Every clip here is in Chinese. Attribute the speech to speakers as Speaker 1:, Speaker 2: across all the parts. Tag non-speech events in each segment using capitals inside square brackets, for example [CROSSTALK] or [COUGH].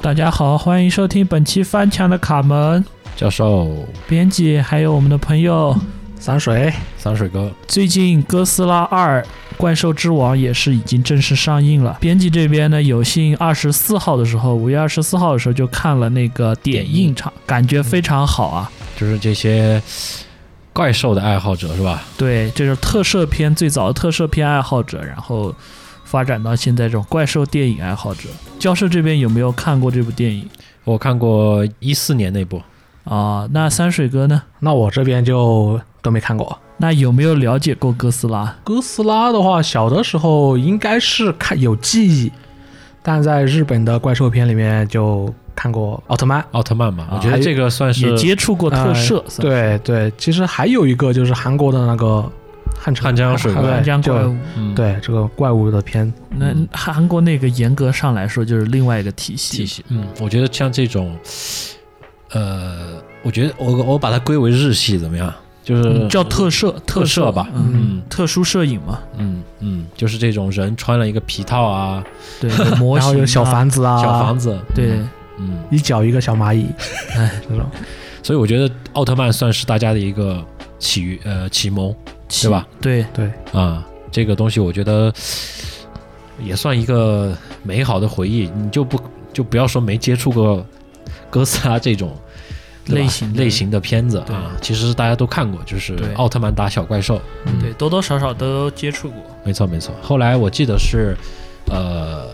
Speaker 1: 大家好，欢迎收听本期翻墙的卡门
Speaker 2: 教授，
Speaker 1: 编辑，还有我们的朋友。
Speaker 3: 散水，
Speaker 2: 三水哥，
Speaker 1: 最近《哥斯拉二：怪兽之王》也是已经正式上映了。编辑这边呢，有幸二十四号的时候，五月二十四号的时候就看了那个点映场，感觉非常好啊。
Speaker 2: 就是这些怪兽的爱好者是吧？
Speaker 1: 对，这是特摄片最早的特摄片爱好者，然后发展到现在这种怪兽电影爱好者。教授这边有没有看过这部电影
Speaker 2: 我看过一四年那部，
Speaker 1: 啊？那三水哥呢？
Speaker 3: 那我这边就都没看过。
Speaker 1: 那有没有了解过哥斯拉？
Speaker 3: 哥斯拉的话，小的时候应该是看有记忆，但在日本的怪兽片里面就看过奥特曼。
Speaker 2: 奥特曼嘛，
Speaker 1: 啊
Speaker 2: 我觉得这个算是
Speaker 1: 也接触过特摄，算是
Speaker 3: 对对，其实还有一个就是韩国的那个汉城
Speaker 2: 汉江水怪
Speaker 3: 对
Speaker 1: 长江怪
Speaker 3: 就
Speaker 1: 物。
Speaker 2: 嗯
Speaker 3: 对这个怪物的片，
Speaker 1: 那
Speaker 2: 嗯
Speaker 1: 韩国那个严格上来说就是另外一个体系，
Speaker 2: 体系。嗯，我觉得像这种，呃，我觉得我我把它归为日系怎么样？就是
Speaker 1: 嗯叫特摄特
Speaker 2: 特摄吧
Speaker 1: 嗯，
Speaker 2: 嗯
Speaker 1: 特殊摄影嘛，
Speaker 2: 嗯嗯，就是这种人穿了一个皮套啊，
Speaker 1: 对，有模
Speaker 3: 然
Speaker 1: 型啊、
Speaker 3: 后有小房子啊，
Speaker 2: 小房子，
Speaker 1: 对，
Speaker 2: 嗯，
Speaker 3: 一脚一个小蚂蚁，哎，这种
Speaker 2: 所以我觉得奥特曼算是大家的一个启呃启蒙
Speaker 1: 对
Speaker 2: 对吧？
Speaker 1: 对，
Speaker 3: 对，
Speaker 2: 啊，这个东西我觉得也算一个美好的回忆。你就不就不要说没接触过哥斯拉这种对吧
Speaker 1: 类型的
Speaker 2: 类型的片子
Speaker 1: 对
Speaker 2: 啊，其实大家都看过，就是
Speaker 1: 对
Speaker 2: 奥特曼打小怪兽，
Speaker 3: 嗯
Speaker 1: 对，多多少少都接触过。
Speaker 2: 没错没错。后来我记得是呃。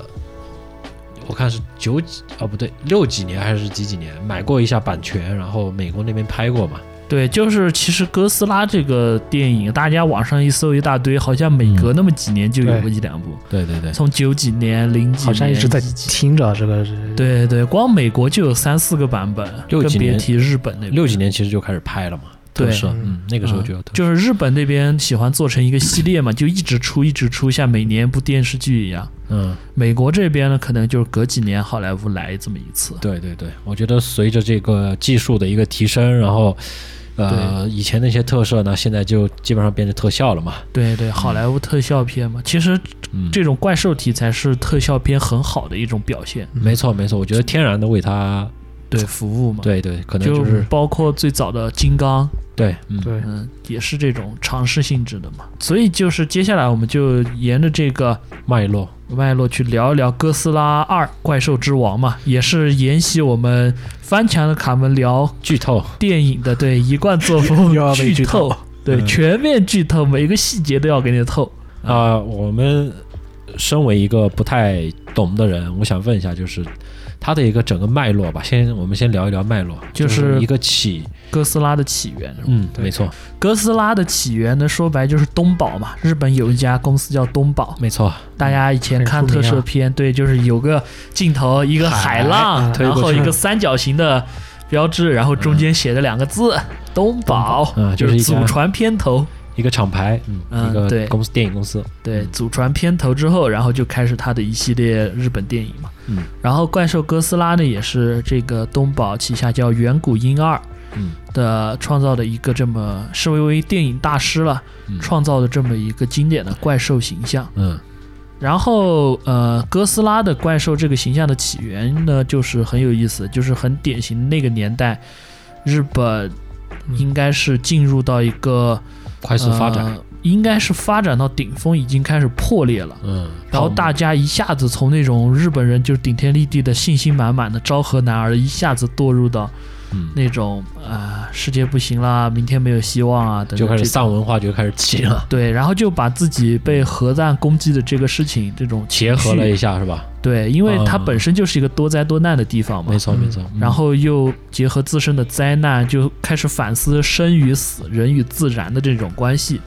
Speaker 2: 我看是九几哦不对六几年还是几几年买过一下版权，然后美国那边拍过嘛，
Speaker 1: 对，就是其实哥斯拉这个电影，大家网上一搜一大堆，好像每隔那么几年就有
Speaker 3: 对
Speaker 1: 个一两部，
Speaker 2: 对对对，
Speaker 1: 从九几年、零几年，
Speaker 3: 好像一直在
Speaker 1: 几几
Speaker 3: 听着这个是，
Speaker 1: 对对，光美国就有三四个版本，
Speaker 2: 六
Speaker 1: 更
Speaker 2: 几
Speaker 1: 别
Speaker 2: 年
Speaker 1: 提日本那边。
Speaker 2: 六几年其实就开始拍了嘛，
Speaker 1: 对
Speaker 2: 特摄，
Speaker 3: 嗯
Speaker 2: 嗯，那个时候就有特摄，
Speaker 1: 就是日本那边喜欢做成一个系列嘛，就一直出一直出，像每年一部电视剧一样。
Speaker 2: 嗯，
Speaker 1: 美国这边呢，可能就是隔几年好莱坞来这么一次。
Speaker 2: 对对对，我觉得随着这个技术的一个提升，然后呃，以前那些特摄呢，现在就基本上变成特效了嘛。
Speaker 1: 对对，好莱坞特效片嘛，其实
Speaker 2: 嗯，
Speaker 1: 这种怪兽题材是特效片很好的一种表现，
Speaker 2: 没错没错，我觉得天然的为它，
Speaker 1: 对服务嘛。，
Speaker 2: 对对，可能
Speaker 1: 就
Speaker 2: 就是
Speaker 1: 包括最早的金刚，
Speaker 2: 对，嗯，
Speaker 3: 对
Speaker 1: 嗯，也是这种尝试性质的嘛。所以就是接下来我们就沿着这个
Speaker 2: 脉络，
Speaker 1: 脉络去聊一聊《哥斯拉二：怪兽之王》嘛，也是沿袭我们翻墙的卡门聊
Speaker 2: 剧透，
Speaker 1: 电影的对一贯作风，
Speaker 3: 又要被
Speaker 1: 剧
Speaker 3: 剧
Speaker 1: 透
Speaker 3: 透，
Speaker 1: 对、
Speaker 2: 嗯
Speaker 1: 全面剧透，每一个细节都要给你透。
Speaker 2: 啊、我们身为一个不太懂的人，我想问一下，就是它的一个整个脉络吧。先，我们先聊一聊脉络，
Speaker 1: 就
Speaker 2: 就是一个起，
Speaker 1: 哥斯拉的起源，
Speaker 2: 嗯，
Speaker 3: 对
Speaker 2: 没错，
Speaker 1: 哥斯拉的起源呢，说白就是东宝嘛，日本有一家公司叫东宝，
Speaker 2: 没错，
Speaker 1: 大家以前看
Speaker 3: 很出
Speaker 1: 特
Speaker 3: 名啊
Speaker 1: 摄片，对，就是有个镜头，一个海浪，
Speaker 2: 推
Speaker 1: 然
Speaker 2: 过去
Speaker 1: 后一个三角形的标志，然后中间写着两个字“东宝”，
Speaker 2: 嗯
Speaker 1: 就
Speaker 2: 就是一
Speaker 1: 祖
Speaker 2: 家
Speaker 1: 传片头。
Speaker 2: 一个厂牌，嗯，
Speaker 1: 嗯
Speaker 2: 一
Speaker 1: 对
Speaker 2: 个公司电影公司，
Speaker 1: 对，祖传片头之后，然后就开始他的一系列日本电影嘛。
Speaker 2: 嗯
Speaker 1: 然后怪兽哥斯拉呢，也是这个东宝旗下叫远古婴二
Speaker 2: 嗯
Speaker 1: 的创造的一个这么视为电影大师了，
Speaker 2: 嗯
Speaker 1: 创造的这么一个经典的怪兽形象。
Speaker 2: 嗯，
Speaker 1: 然后呃，哥斯拉的怪兽这个形象的起源呢，就是很有意思，就是很典型那个年代，日本应该是进入到一个
Speaker 2: 快速发展，
Speaker 1: 呃应该是发展到顶峰，已经开始破裂了。
Speaker 2: 嗯，
Speaker 1: 然后大家一下子从那种日本人就是顶天立地的信心满满的昭和男儿，一下子堕入到
Speaker 2: 嗯，
Speaker 1: 那种啊、世界不行啦，明天没有希望啊等等
Speaker 2: 就开始
Speaker 1: 这种
Speaker 2: 丧文化就开始起
Speaker 1: [LAUGHS]
Speaker 2: 了，
Speaker 1: 对，然后就把自己被核弹攻击的这个事情这种
Speaker 2: 结
Speaker 1: 情
Speaker 2: 合
Speaker 1: 绪
Speaker 2: 了一下是吧？
Speaker 1: 对，因为它
Speaker 2: 嗯
Speaker 1: 本身就是一个多灾多难的地方嘛
Speaker 2: 没，错
Speaker 3: 嗯
Speaker 2: 没错。嗯
Speaker 1: 然后又结合自身的灾难，就开始反思生与死、人与自然的这种关系，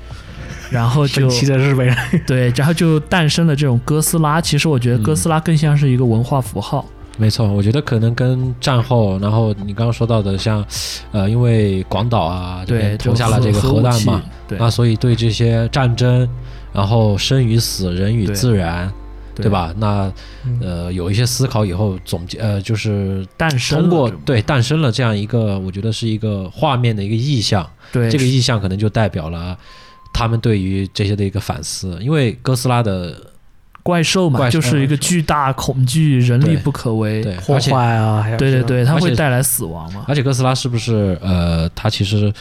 Speaker 1: 然后就
Speaker 3: 神奇的日本人，
Speaker 1: 对，然后就诞生了这种哥斯拉。其实我觉得
Speaker 2: 嗯
Speaker 1: 哥斯拉更像是一个文化符号，
Speaker 2: 没错，我觉得可能跟战后，然后你刚刚说到的像，呃，因为广岛啊这
Speaker 1: 对，
Speaker 2: 边
Speaker 1: 就
Speaker 2: 投下了
Speaker 1: 核
Speaker 2: 这个核弹，
Speaker 1: 核武
Speaker 2: 嘛啊
Speaker 1: 器，对
Speaker 2: 那所以对这些战争，然后生与死、人与
Speaker 1: 对
Speaker 2: 自然，对？吧？那
Speaker 3: 嗯
Speaker 2: 呃有一些思考以后总结，呃，就是
Speaker 1: 诞生
Speaker 2: 通过
Speaker 1: 了这么
Speaker 2: 对诞生了这样一个，我觉得是一个画面的一个意象。
Speaker 1: 对
Speaker 2: 这个意象可能就代表了他们对于这些的一个反思，因为哥斯拉的
Speaker 1: 怪兽嘛，
Speaker 2: 怪兽
Speaker 1: 就是一个巨大恐惧，人力不可为。
Speaker 2: 对，
Speaker 3: 破
Speaker 2: 而且
Speaker 3: 坏啊，还有
Speaker 1: 对对对，它
Speaker 2: 而且啊
Speaker 1: 会带来死亡嘛。
Speaker 2: 而且哥斯拉是不是呃，它其实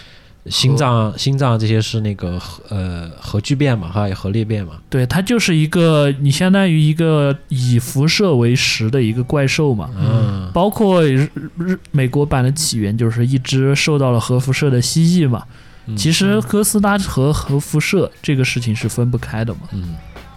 Speaker 2: 心脏心脏这些是那个核呃核聚变嘛，还有核裂变嘛？
Speaker 1: 对，它就是一个你相当于一个以辐射为食的一个怪兽嘛。
Speaker 2: 嗯，
Speaker 1: 包括日日美国版的起源，就是一只受到了核辐射的蜥蜴嘛。
Speaker 2: 嗯
Speaker 1: 其实哥斯拉和核辐射这个事情是分不开的嘛。
Speaker 2: 嗯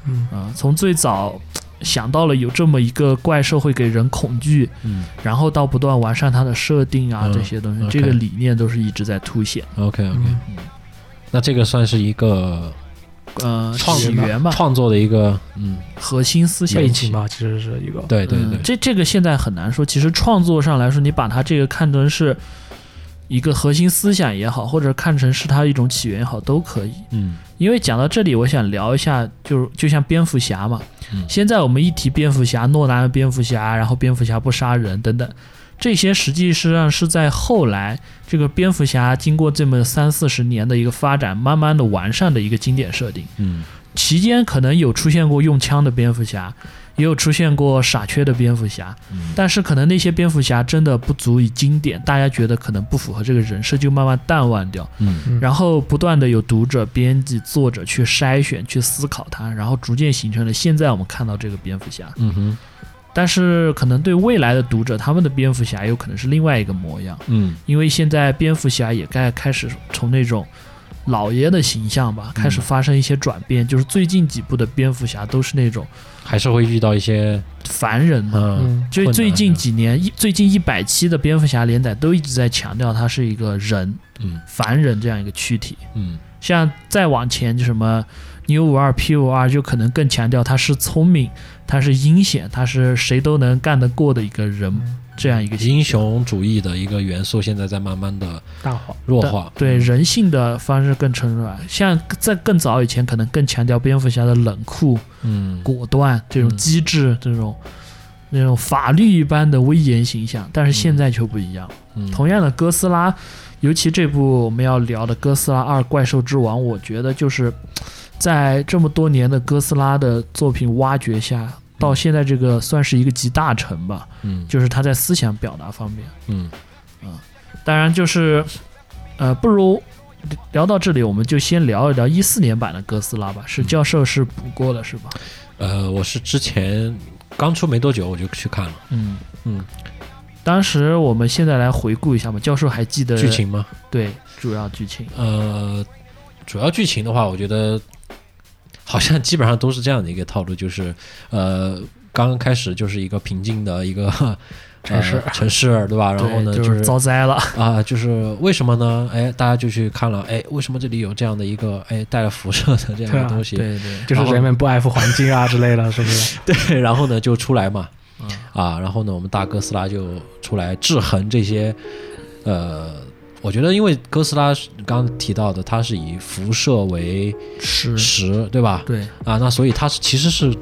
Speaker 3: 嗯
Speaker 1: 啊、从最早想到了有这么一个怪兽会给人恐惧，
Speaker 2: 嗯
Speaker 1: 然后到不断完善它的设定啊、
Speaker 2: 嗯
Speaker 1: 这些东西，
Speaker 2: OK
Speaker 1: 这个理念都是一直在凸显。
Speaker 2: ，OK OK，
Speaker 3: 嗯
Speaker 2: 那这个算是一个
Speaker 1: 呃，
Speaker 2: 创
Speaker 1: 起源嘛，
Speaker 2: 创作的一个嗯，
Speaker 1: 核心思想
Speaker 3: 背。景吧，其实是一个
Speaker 2: 对对对
Speaker 1: 嗯，，这这个现在很难说。其实创作上来说，你把它这个看成是一个核心思想也好，或者看成是它一种起源也好，都可以。
Speaker 2: 嗯
Speaker 1: 因为讲到这里，我想聊一下，就是就像蝙蝠侠嘛，
Speaker 2: 嗯
Speaker 1: 现在我们一提蝙蝠侠，诺兰的蝙蝠侠，然后蝙蝠侠不杀人等等，这些实际上是在后来这个蝙蝠侠经过这么三四十年的一个发展，慢慢的完善的一个经典设定。
Speaker 2: 嗯
Speaker 1: 期间可能有出现过用枪的蝙蝠侠，也有出现过傻缺的蝙蝠侠，
Speaker 2: 嗯
Speaker 1: 但是可能那些蝙蝠侠真的不足以经典，大家觉得可能不符合这个人设，就慢慢淡忘掉。
Speaker 2: 嗯
Speaker 3: 嗯
Speaker 1: 然后不断的有读者、编辑、作者去筛选、去思考它，然后逐渐形成了现在我们看到这个蝙蝠侠。
Speaker 2: 嗯哼
Speaker 1: 但是可能对未来的读者，他们的蝙蝠侠有可能是另外一个模样，
Speaker 2: 嗯
Speaker 1: 因为现在蝙蝠侠也该开始从那种老爷的形象吧，开始发生一些转变。就是最近几部的蝙蝠侠都是那种
Speaker 2: 还是会遇到一些
Speaker 1: 凡人嘛。
Speaker 2: 嗯
Speaker 3: 嗯
Speaker 1: 就
Speaker 2: 混的
Speaker 1: 最近几年，一最近一百期的蝙蝠侠连载都一直在强调他是一个人、
Speaker 2: 嗯
Speaker 1: 凡人这样一个躯体。
Speaker 2: 嗯
Speaker 1: 像再往前就什么 New 五二 P 五二，就可能更强调他是聪明，他是阴险，他是谁都能干得过的一个人，这样一个
Speaker 2: 英雄主义的一个元素，现在在慢慢的
Speaker 3: 大火，
Speaker 2: 弱化。
Speaker 1: 对人性的方式更沉软。像在更早以前，可能更强调蝙蝠侠的冷酷、
Speaker 2: 嗯
Speaker 1: 果断这种
Speaker 2: 嗯
Speaker 1: 机智，这种那种法律一般的威严形象，但是现在就不一样。
Speaker 2: 嗯
Speaker 1: 同样的，哥斯拉，尤其这部我们要聊的《哥斯拉二：怪兽之王》，我觉得就是在这么多年的哥斯拉的作品挖掘下，到现在这个算是一个集大成吧，
Speaker 2: 嗯
Speaker 1: 就是他在思想表达方面，
Speaker 2: 嗯
Speaker 1: 当然就是，呃，不如。聊到这里，我们就先聊一聊一四年版的哥斯拉吧。
Speaker 2: 嗯
Speaker 1: 是教授是补过了是吧？
Speaker 2: 呃，我是之前刚出没多久我就去看了
Speaker 1: 嗯
Speaker 2: 嗯。
Speaker 1: 当时我们现在来回顾一下嘛，教授还记得
Speaker 2: 剧？情吗？
Speaker 1: 对，主要剧情。
Speaker 2: 呃，主要剧情的话，我觉得好像基本上都是这样的一个套路，就是呃，刚刚开始就是一个平静的一个呃
Speaker 3: 城市
Speaker 2: 城市对吧？然后呢，
Speaker 1: 对就是遭灾了。
Speaker 2: 啊、就是为什么呢？哎，大家就去看了，哎，为什么这里有这样的一个哎带了辐射的这样
Speaker 3: 对
Speaker 2: 的
Speaker 3: 啊
Speaker 2: 东西？
Speaker 1: 对对，
Speaker 3: 就是人们不爱护环境啊之类的，是不
Speaker 1: [LAUGHS]
Speaker 3: 是？
Speaker 2: [LAUGHS] 对，然后呢就出来嘛
Speaker 1: 嗯，
Speaker 2: 啊，然后呢我们大哥斯拉就出来制衡这些，呃，我觉得因为哥斯拉是刚刚提到的，它是以辐射为
Speaker 1: 是
Speaker 2: 食，对吧？
Speaker 1: 对，
Speaker 2: 啊，那所以它是其实是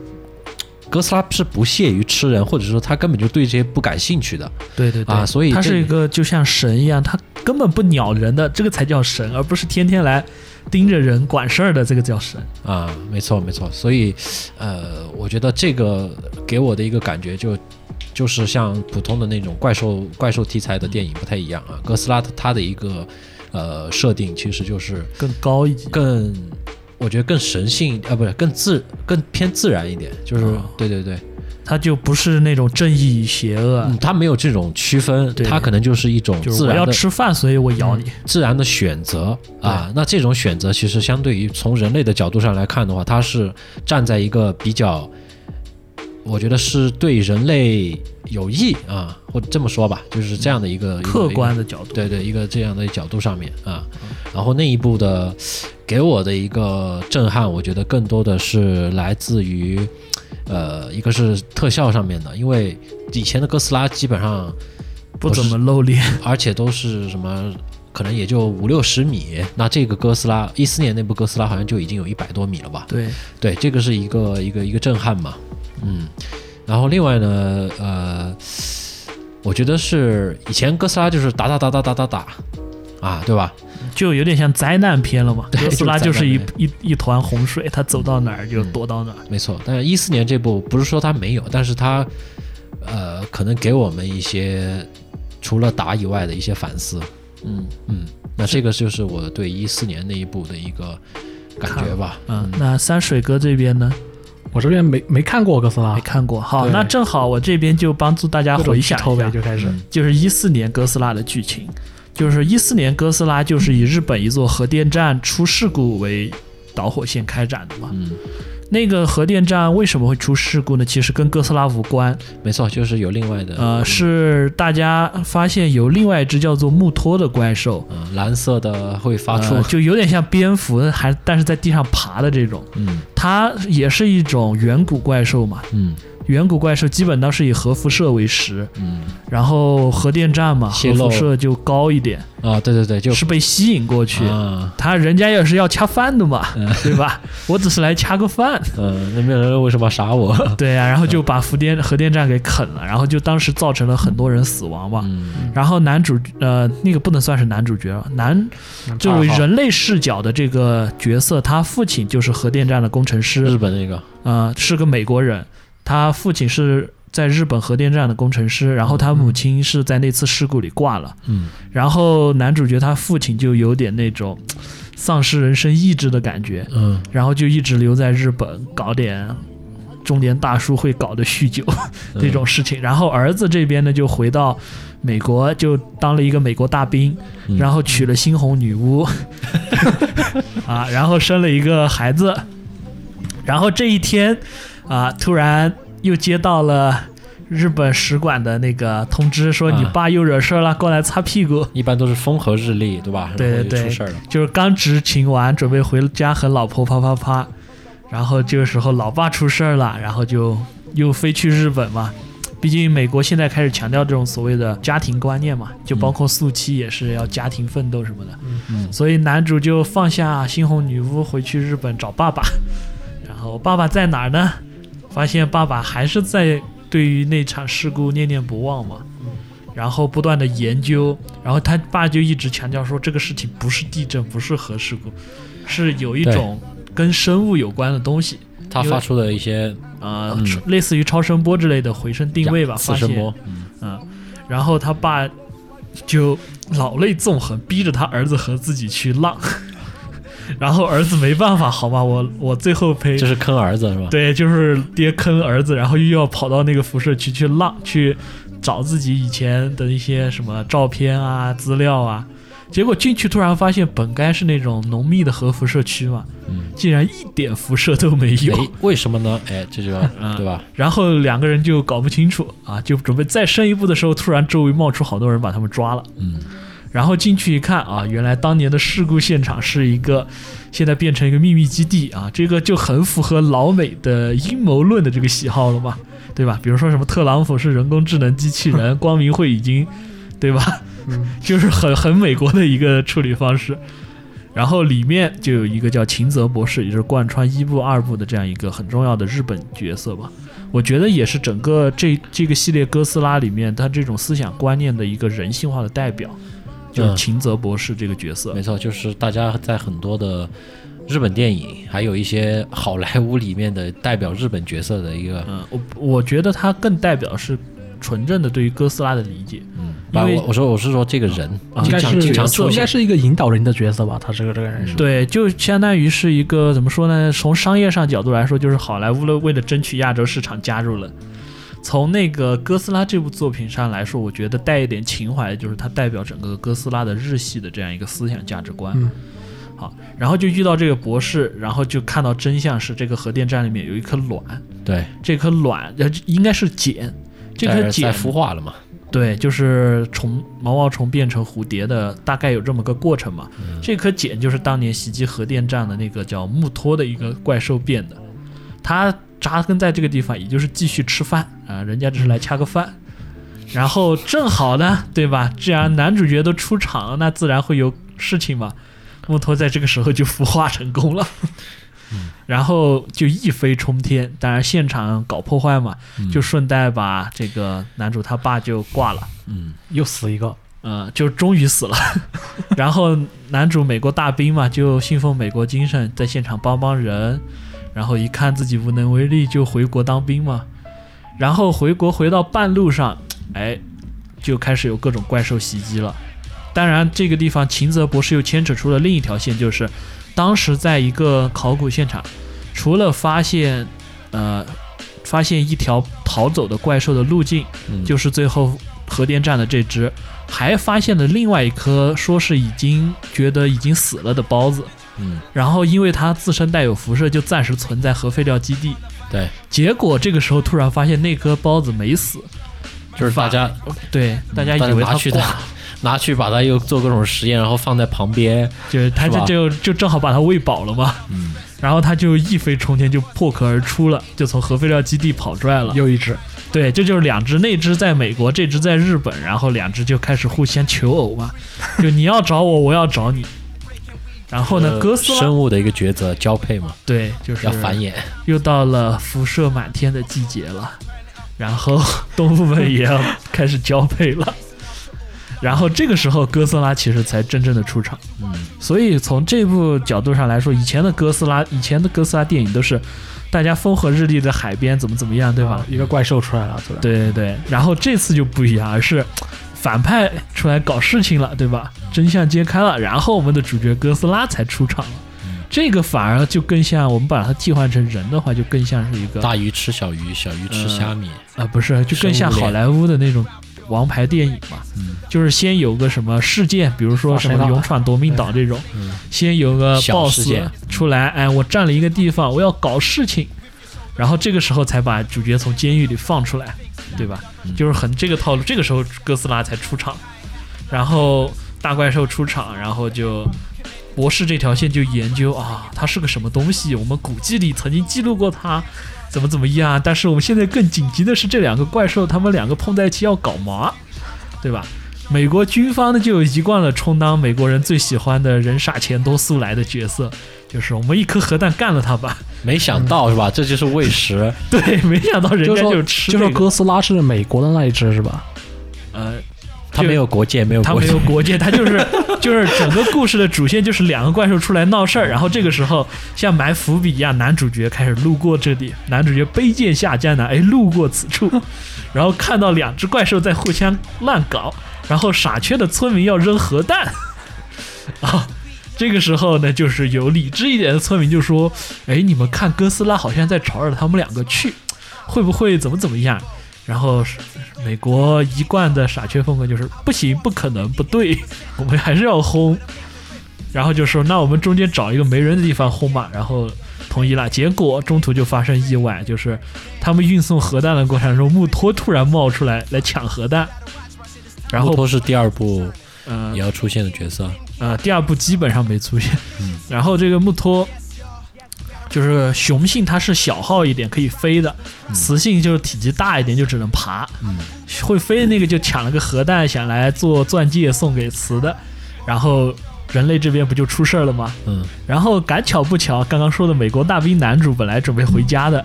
Speaker 2: 哥斯拉是不屑于吃人，或者说他根本就对这些不感兴趣的
Speaker 1: 对对对，
Speaker 2: 啊，所以
Speaker 1: 他
Speaker 2: 这
Speaker 1: 是一个就像神一样，他根本不鸟人的，这个才叫神，而不是天天来盯着人管事儿的，这个叫神。
Speaker 2: 啊，没错没错，所以呃，我觉得这个给我的一个感觉就就是像普通的那种怪兽怪兽题材的电影不太一样啊，哥斯拉它的一个呃设定其实就是
Speaker 1: 更高一级，
Speaker 2: 更。我觉得更神性啊，不是更自更偏自然一点，就是、
Speaker 1: 哦
Speaker 2: 对对对，
Speaker 1: 他就不是那种正义与邪恶啊，
Speaker 2: 嗯，它没有这种区分，
Speaker 1: 对
Speaker 2: 它可能就是一种
Speaker 1: 就是
Speaker 2: 自
Speaker 1: 我
Speaker 2: 然
Speaker 1: 要
Speaker 2: 的嗯
Speaker 1: 吃饭，所以我咬你。
Speaker 2: 自然的选择啊。那这种选择其实相对于从人类的角度上来看的话，它是站在一个比较，我觉得是对人类有益啊，或者这么说吧，就是这样的一个、一个
Speaker 1: 嗯客观嗯的角
Speaker 2: 一个
Speaker 1: 度，
Speaker 2: 对对一个这样的角度上面啊。然后那一部的给我的一个震撼，我觉得更多的是来自于。呃，一个是特效上面的，因为以前的哥斯拉基本上
Speaker 1: 不怎么露脸。
Speaker 2: 而且都是什么，可能也就五六十米。那这个哥斯拉，一四年那部哥斯拉好像就已经有一百多米了吧？
Speaker 1: 对，
Speaker 2: [LAUGHS] 对，这个是一个一个一个震撼嘛。嗯，然后另外呢，呃，我觉得是以前哥斯拉就是打打打打打打打啊，对吧？
Speaker 1: 就有点像灾难片了嘛。
Speaker 2: 对
Speaker 1: 哥斯拉就是一
Speaker 2: 就是灾难嗯
Speaker 1: 一一团洪水，他走到哪儿就躲到哪儿。
Speaker 2: 没错，但是一四年这部不是说它没有，但是它呃，可能给我们一些除了打以外的一些反思。
Speaker 1: 嗯
Speaker 2: 嗯，那这个就是我对一四年那一部的一个感觉吧。
Speaker 1: 嗯，那山水哥这边呢？
Speaker 3: 我这边没没看过哥斯
Speaker 2: 啊
Speaker 3: 拉
Speaker 1: 没，看过。好，
Speaker 3: 对
Speaker 1: 那正好我这边就帮助大家
Speaker 3: 各种
Speaker 1: 回想
Speaker 3: 头
Speaker 1: 一下
Speaker 3: 呗，就开始。
Speaker 1: 就是一四年哥斯拉的剧情，就是一四年哥斯拉就是以日本一座核电站出事故为导火线开展的嘛。
Speaker 2: 嗯，
Speaker 1: 那个核电站为什么会出事故呢？其实跟哥斯拉无关，
Speaker 2: 没错，就是有另外的
Speaker 1: 呃，是大家发现有另外一只叫做木托的怪兽，
Speaker 2: 嗯、蓝色的会发出、
Speaker 1: 呃就有点像蝙蝠，还但是在地上爬的这种，
Speaker 2: 嗯
Speaker 1: 它也是一种远古怪兽嘛。
Speaker 2: 嗯
Speaker 1: 远古怪兽基本都是以核辐射为食，
Speaker 2: 嗯
Speaker 1: 然后核电站嘛，核
Speaker 2: 泄漏
Speaker 1: 辐射就高一点，
Speaker 2: 啊，对对对，就是
Speaker 1: 被吸引过去。
Speaker 2: 啊，嗯
Speaker 1: 他人家也是要恰饭的嘛，对吧？我只是来恰个饭，
Speaker 2: 嗯，那嗯边人为什么
Speaker 1: [LAUGHS]
Speaker 2: 杀我？
Speaker 1: 对啊呀、然后就把福电核电站给啃了，然后就当时造成了很多人死亡嘛。
Speaker 2: 嗯
Speaker 1: 然后男主呃，那个不能算是男主角了，男作为人类视角的这个角色，他父亲就是核电站的工程
Speaker 2: 日
Speaker 1: 师，
Speaker 2: 本那个，
Speaker 1: 呃，是个美国人，他父亲是在日本核电站的工程师，然后他母亲是在那次事故里挂了。
Speaker 2: 嗯
Speaker 1: 然后男主角他父亲就有点那种丧失人生意志的感觉，
Speaker 2: 嗯，
Speaker 1: 然后就一直留在日本搞点中年大叔会搞的酗酒
Speaker 2: 嗯
Speaker 1: 这种事情。然后儿子这边呢就回到美国，就当了一个美国大兵，
Speaker 2: 嗯
Speaker 1: 然后娶了猩红女
Speaker 2: [LAUGHS]
Speaker 1: 巫，啊，然后生了一个孩子。然后这一天啊，突然又接到了。日本使馆的那个通知说
Speaker 2: 啊
Speaker 1: 你爸又惹事儿了，过来擦屁股。
Speaker 2: 嗯一般都是风和日丽，对吧？
Speaker 1: 对
Speaker 2: 然后就
Speaker 1: 对对
Speaker 2: 出事儿了。
Speaker 1: 就是刚执勤完，准备回家和老婆啪啪啪，然后这个时候老爸出事儿了，然后就又飞去日本嘛。毕竟美国现在开始强调这种所谓的家庭观念嘛，就包括速七也是要家庭奋斗什么的。
Speaker 2: 嗯
Speaker 1: 所以男主就放下猩红女巫回去日本找爸 [LAUGHS] 爸，然后爸爸在哪儿呢？发现爸爸还是在对于那场事故念念不忘嘛，
Speaker 2: 嗯
Speaker 1: 然后不断的研究，然后他爸就一直强调说这个事情不是地震，不是核事故，是有一
Speaker 2: 对
Speaker 1: 种跟生物有关的东西，
Speaker 2: 他发出的一些
Speaker 1: 呃，
Speaker 2: 嗯
Speaker 1: 类似于超声波之类的回声定位吧，
Speaker 2: 次
Speaker 1: 发
Speaker 2: 声
Speaker 1: 现
Speaker 2: 波，嗯
Speaker 1: 嗯，然后他爸就老泪纵横，逼着他儿子和自己去浪， [LAUGHS] 然后儿子没办法，好吧，我我最后陪
Speaker 2: 这，是坑儿子是吧？
Speaker 1: 对，就是爹坑儿子，然后又要跑到那个辐射区去浪，去找自己以前的一些什么照片啊、资料啊。结果进去突然发现，本该是那种浓密的核辐射区嘛，
Speaker 2: 嗯
Speaker 1: 竟然一点辐射都没有。
Speaker 2: 哎，为什么呢？哎，这就要
Speaker 1: [LAUGHS] 嗯
Speaker 2: 对吧？
Speaker 1: 然后两个人就搞不清楚啊，就准备再深一步的时候，突然周围冒出好多人把他们抓了。
Speaker 2: 嗯，
Speaker 1: 然后进去一看啊，原来当年的事故现场是一个，现在变成一个秘密基地啊，这个就很符合老美的阴谋论的这个喜好了嘛，对吧？比如说什么特朗普是人工智能机器人，光明会已经，对吧？
Speaker 3: 嗯，
Speaker 1: [LAUGHS] 就是很很美国的一个处理方式。然后里面就有一个叫秦泽博士，也就是贯穿一部、二部的这样一个很重要的日本角色吧。我觉得也是整个这这个系列哥斯拉里面，他这种思想观念的一个人性化的代表，就是
Speaker 2: 嗯
Speaker 1: 秦泽博士这个角色。
Speaker 2: 没错，就是大家在很多的日本电影，还有一些好莱坞里面的代表日本角色的一个，
Speaker 1: 嗯，我我觉得他更代表是纯正的对于哥斯拉的理解。
Speaker 2: 嗯，把
Speaker 1: 因为
Speaker 2: 我我说我是说这个人
Speaker 1: 啊
Speaker 3: 应
Speaker 2: 经
Speaker 3: 该
Speaker 2: 常
Speaker 3: 是
Speaker 2: 经常出
Speaker 3: 应该
Speaker 2: 现，
Speaker 3: 是一个引导人的角色吧？他这个这个人是。
Speaker 1: 对，就相当于是一个怎么说呢？从商业上角度来说，就是好莱坞了为了争取亚洲市场加入了。从那个哥斯拉这部作品上来说，我觉得带一点情怀，就是它代表整个哥斯拉的日系的这样一个思想价值观。
Speaker 3: 嗯
Speaker 1: 好，然后就遇到这个博士，然后就看到真相是这个核电站里面有一颗卵，
Speaker 2: 对，
Speaker 1: 这颗卵呃应该是茧，这
Speaker 2: 但
Speaker 1: 颗
Speaker 2: 是在
Speaker 1: 茧
Speaker 2: 孵化了嘛，
Speaker 1: 对，就是虫毛毛虫变成蝴蝶的，大概有这么个过程嘛。这颗茧就是当年袭击核电站的那个叫木托的一个怪兽变的，它扎根在这个地方，也就是继续吃饭啊、人家只是来恰个饭。然后正好呢，对吧？既然男主角都出场了，那自然会有事情嘛。木头在这个时候就孵化成功了， [LAUGHS] 然后就一飞冲天。当然，现场搞破坏嘛，
Speaker 2: 嗯
Speaker 1: 就顺带把这个男主他爸就挂了。
Speaker 2: 嗯，
Speaker 3: 又死一个，
Speaker 1: 呃，就终于死了。 [LAUGHS] 然后男主美国大兵嘛，就信奉美国精神，在现场帮帮人，然后一看自己无能为力，就回国当兵嘛。然后回国回到半路上，哎，就开始有各种怪兽袭击了。当然，这个地方秦泽博士又牵扯出了另一条线，就是当时在一个考古现场，除了发现，呃，发现一条逃走的怪兽的路径，
Speaker 2: 嗯
Speaker 1: 就是最后核电站的这只，还发现了另外一颗说是已经觉得已经死了的孢子，
Speaker 2: 嗯，
Speaker 1: 然后因为它自身带有辐射，就暂时存在核废料基地。
Speaker 2: 对，
Speaker 1: 结果这个时候突然发现那颗孢子没死，
Speaker 2: 就是大家
Speaker 1: 对，大家
Speaker 2: 大
Speaker 1: 以
Speaker 2: 家
Speaker 1: 为
Speaker 2: 拿
Speaker 1: 它
Speaker 2: 去
Speaker 1: 挂
Speaker 2: 它，拿去把它又做各种实验，然后放在旁边，
Speaker 1: 就是他
Speaker 2: 是
Speaker 1: 这
Speaker 2: 吧
Speaker 1: 就就正好把它喂饱了嘛，
Speaker 2: 嗯，
Speaker 1: 然后他就一飞冲天，就破壳而出了，就从核废料基地跑出来了。
Speaker 3: 又一只，
Speaker 1: 对，这就是两只，那只在美国，这只在日本，然后两只就开始互相求偶
Speaker 2: [LAUGHS]
Speaker 1: 嘛，就你要找我，我要找你。然后呢，
Speaker 2: 呃
Speaker 1: 哥斯拉
Speaker 2: 生物的一个抉择交配嘛，
Speaker 1: 对，就是
Speaker 2: 要繁衍，
Speaker 1: 又到了辐射满天的季节了，然后动物们也要开始交配了。然后这个时候，哥斯拉其实才真正的出场。
Speaker 2: 嗯，
Speaker 1: 所以从这部角度上来说，以前的哥斯拉，以前的哥斯拉电影都是大家风和日丽的海边怎么怎么样，对吧
Speaker 3: 啊？一个怪兽出来了，突然，
Speaker 1: 对对对，然后这次就不一样，而是反派出来搞事情了，对吧？真相揭开了，然后我们的主角哥斯拉才出场了
Speaker 2: 嗯。
Speaker 1: 这个反而就更像我们把它替换成人的话，就更像是一个啊、
Speaker 2: 大鱼吃小鱼，小鱼
Speaker 1: 嗯
Speaker 2: 吃虾米，
Speaker 1: 不是，就更像
Speaker 2: 生物链
Speaker 1: 好莱坞的那种王牌电影嘛，
Speaker 2: 嗯
Speaker 1: 就是先有个什么事件，比如说
Speaker 3: 啊
Speaker 1: 什么
Speaker 3: 谁知道
Speaker 1: 勇闯夺命岛这种，
Speaker 2: 嗯
Speaker 1: 先有个
Speaker 2: 小
Speaker 1: boss
Speaker 2: 事件
Speaker 1: 出来，哎，我占了一个地方，我要搞事情，然后这个时候才把主角从监狱里放出来，对吧？
Speaker 2: 嗯
Speaker 1: 就是很这个套路，这个时候哥斯拉才出场，然后大怪兽出场，然后就博士这条线就研究啊，它是个什么东西？我们古迹里曾经记录过它。怎么怎么样？但是我们现在更紧急的是，这两个怪兽他们两个碰在一起要搞嘛，对吧？美国军方呢就一贯了充当美国人最喜欢的人傻钱多速来的角色，就是我们一颗核弹干了他吧。
Speaker 2: 没想到是吧？这就是喂食，
Speaker 1: 对，没想到人
Speaker 3: 就
Speaker 1: 家
Speaker 3: 说
Speaker 1: 吃、
Speaker 3: 就
Speaker 1: 这
Speaker 3: 说
Speaker 1: 个
Speaker 3: 哥斯拉是美国的那一只是吧？
Speaker 1: 呃，
Speaker 2: 它没有国界，没有
Speaker 1: 他
Speaker 2: 国
Speaker 1: 没
Speaker 2: 界
Speaker 1: 有，国界，他就是就是整个故事的主线就是两个怪兽出来闹事儿，然后这个时候像埋伏笔一样，男主角开始路过这里，男主角卑贱下降呢，哎，路过此处，然后看到两只怪兽在互相乱搞，然后傻缺的村民要扔核弹，啊。这个时候呢，就是有理智一点的村民就说：“哎，你们看哥斯拉好像在朝着他们两个去，会不会怎么怎么样？”然后美国一贯的傻缺风格就是不行，不可能，不对， [LAUGHS] 我们还是要轰。然后就说那我们中间找一个没人的地方轰吧，然后同意了。结果中途就发生意外，就是他们运送核弹的过程中，木托突然冒出来来抢核弹，然
Speaker 2: 木
Speaker 1: 后
Speaker 2: 托是第二部
Speaker 1: 嗯
Speaker 2: 也要出现的角色，
Speaker 1: 呃，第二部基本上没出现。
Speaker 2: 嗯
Speaker 1: 然后这个木托就是雄性，它是小号一点，可以飞的；雌性就是体积大一点，就只能爬。
Speaker 2: 嗯
Speaker 1: 会飞的那个就抢了个核弹，想来做钻戒送给雌的，然后人类这边不就出事儿了吗？
Speaker 2: 嗯，
Speaker 1: 然后赶巧不巧，刚刚说的美国大兵男主本来准备回家的，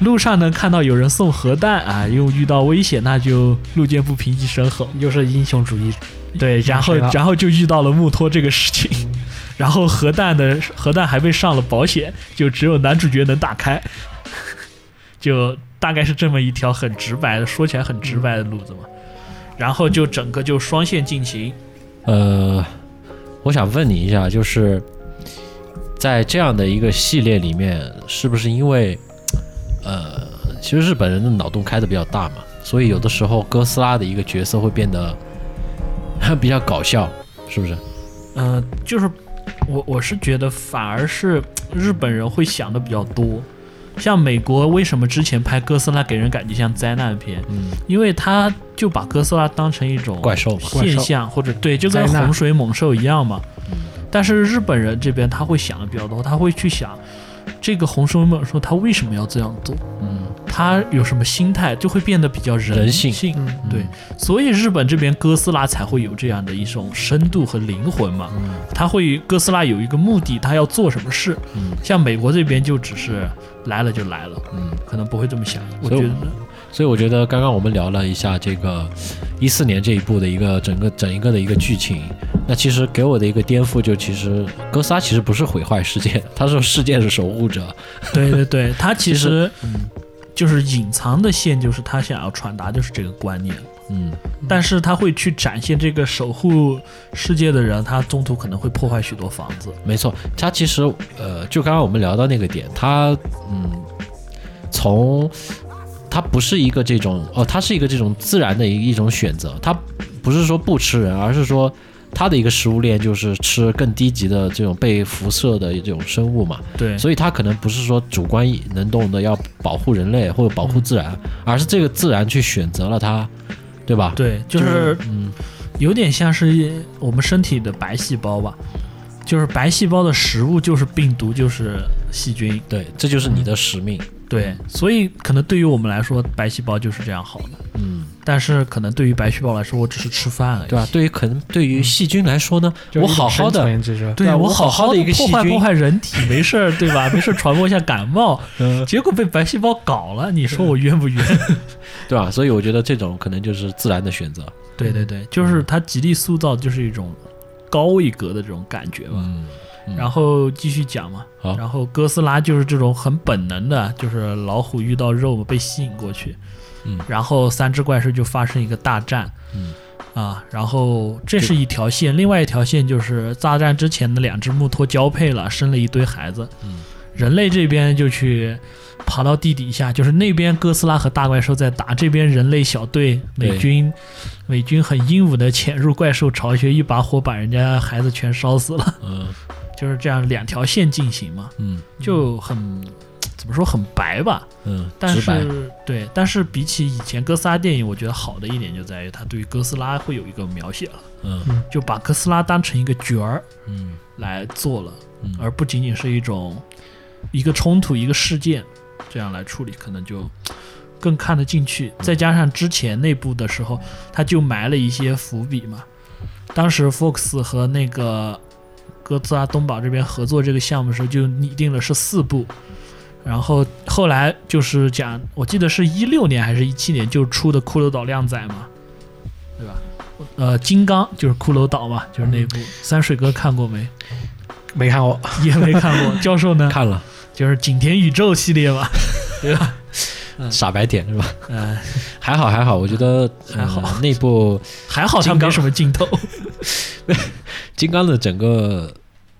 Speaker 1: 路上呢看到有人送核弹啊，又遇到危险，那就路见不平一声吼。
Speaker 3: 又是英雄主义，
Speaker 1: 对，然
Speaker 2: 嗯
Speaker 1: 后
Speaker 3: 谁了
Speaker 1: 然后就遇到了木托这个事情，然后核弹的核弹还被上了保险，就只有男主角能打开，就大概是这么一条很直白的，说起来很直白的路子嘛。然后就整个就双线进行，
Speaker 2: 呃，我想问你一下，就是在这样的一个系列里面，是不是因为呃，其实日本人的脑洞开的比较大嘛，所以有的时候哥斯拉的一个角色会变得 [LAUGHS] 比较搞笑，是不是？
Speaker 1: 嗯、就是我我是觉得反而是日本人会想的比较多，像美国为什么之前拍哥斯拉给人感觉像灾难片，
Speaker 2: 嗯，
Speaker 1: 因为他就把哥斯拉当成一种
Speaker 2: 怪兽嘛，
Speaker 1: 现象，或者对，就跟
Speaker 3: 灾难
Speaker 1: 洪水猛兽一样嘛
Speaker 2: 嗯。
Speaker 1: 但是日本人这边他会想的比较多，他会去想这个洪水猛兽他为什么要这样做，
Speaker 2: 嗯，
Speaker 1: 他有什么心态，就会变得比较人
Speaker 2: 人性
Speaker 3: 嗯
Speaker 1: 对，所以日本这边哥斯拉才会有这样的一种深度和灵魂嘛。
Speaker 2: 嗯
Speaker 1: 他会哥斯拉有一个目的，他要做什么事。
Speaker 2: 嗯
Speaker 1: 像美国这边就只是来了就来了，
Speaker 2: 嗯。
Speaker 1: 可能不会这么想。我
Speaker 2: 所以
Speaker 1: 觉
Speaker 2: 我
Speaker 1: 得
Speaker 2: 所以我觉得刚刚我们聊了一下这个一四年这一部的一个整个整一个的一个剧情。那其实给我的一个颠覆，就其实哥斯拉其实不是毁坏世界，他是世界的守护者。
Speaker 1: [LAUGHS] 对对对，他其
Speaker 2: 其
Speaker 1: 实嗯就是隐藏的线，就是他想要传达就是这个观念，
Speaker 2: 嗯，
Speaker 1: 但是他会去展现这个守护世界的人，他中途可能会破坏许多房子。
Speaker 2: 没错，他其实呃，就刚刚我们聊到那个点，他嗯，从他不是一个这种哦，他是一个这种自然的一一种选择，他不是说不吃人，而是说他的一个食物链就是吃更低级的这种被辐射的这种生物嘛，
Speaker 1: 对，
Speaker 2: 所以他可能不是说主观能动的要保护人类或者保护自然，而是这个自然去选择了它，对吧？
Speaker 1: 对，就是
Speaker 2: 嗯
Speaker 1: 有点像是我们身体的白细胞吧，就是白细胞的食物就是病毒，就是细菌。
Speaker 2: 对，这就是你的使命。
Speaker 1: 对，所以可能对于我们来说，白细胞就是这样好的，
Speaker 2: 嗯，
Speaker 1: 但是可能对于白细胞来说，我只是吃饭而已。
Speaker 2: 对吧？对于可能对于细菌来说呢，
Speaker 3: 就是
Speaker 2: 我
Speaker 3: 一种
Speaker 2: 好好的
Speaker 3: 生，存其实
Speaker 1: 对
Speaker 2: 对
Speaker 1: 我
Speaker 2: 我好
Speaker 1: 好
Speaker 2: 好的
Speaker 1: 地
Speaker 2: 一个
Speaker 1: 破
Speaker 2: 细
Speaker 1: 坏
Speaker 2: 菌
Speaker 1: 破坏人体没事儿，对吧？没事儿传播一下感冒，
Speaker 2: 嗯，
Speaker 1: 结果被白细胞搞了，你说我冤不冤？ [LAUGHS]
Speaker 2: 对吧？所以我觉得这种可能就是自然的选择。
Speaker 1: 对对对，就是它极力塑造就是一种高一格的这种感觉吧。
Speaker 2: 嗯，嗯
Speaker 1: 然后继续讲嘛，
Speaker 2: 好
Speaker 1: 然后哥斯拉就是这种很本能的，就是老虎遇到肉嘛，被吸引过去，
Speaker 2: 嗯
Speaker 1: 然后三只怪兽就发生一个大战，
Speaker 2: 嗯，
Speaker 1: 啊，然后这是一条线，另外一条线就是大战之前的两只木托交配了，生了一堆孩子，
Speaker 2: 嗯，
Speaker 1: 人类这边就去爬到地底下，就是那边哥斯拉和大怪兽在打，这边人类小队美
Speaker 2: 对
Speaker 1: 军，美军很英武的潜入怪兽巢穴，一把火把人家孩子全烧死了。
Speaker 2: 嗯
Speaker 1: 就是这样两条线进行嘛，
Speaker 2: 嗯
Speaker 1: 就很怎么说很白吧，
Speaker 2: 嗯，
Speaker 1: 但
Speaker 2: 直白。
Speaker 1: 是对，但是比起以前哥斯拉电影，我觉得好的一点就在于它对于哥斯拉会有一个描写了，
Speaker 2: 嗯
Speaker 1: 就把哥斯拉当成一个角儿
Speaker 2: 嗯
Speaker 1: 来做了，
Speaker 2: 嗯，
Speaker 1: 而不仅仅是一种一个冲突一个事件这样来处理，可能就。更看得进去，再加上之前那部的时候，他就埋了一些伏笔嘛。当时 Fox 和那个哥斯拉东宝这边合作这个项目的时候，就拟定了是四部，然后后来就是讲，我记得是一六年还是一七年就出的《骷髅岛靓仔》嘛，对吧？呃，金刚就是骷髅岛嘛，就是那部。三水哥看过没？
Speaker 3: 没看过，
Speaker 1: [LAUGHS] 也没看过。教授呢？
Speaker 2: 看了
Speaker 1: 就是景田宇宙系列
Speaker 2: [LAUGHS]
Speaker 1: 嘛，对吧？
Speaker 2: 傻白甜是吧？ [LAUGHS]
Speaker 1: 嗯、
Speaker 2: 还好还好，我觉得
Speaker 1: 还好
Speaker 2: 呃那部
Speaker 1: 还好他
Speaker 2: 金
Speaker 1: 没
Speaker 2: 刚
Speaker 1: 什么
Speaker 2: [LAUGHS]
Speaker 1: 镜头。
Speaker 2: 金刚的整个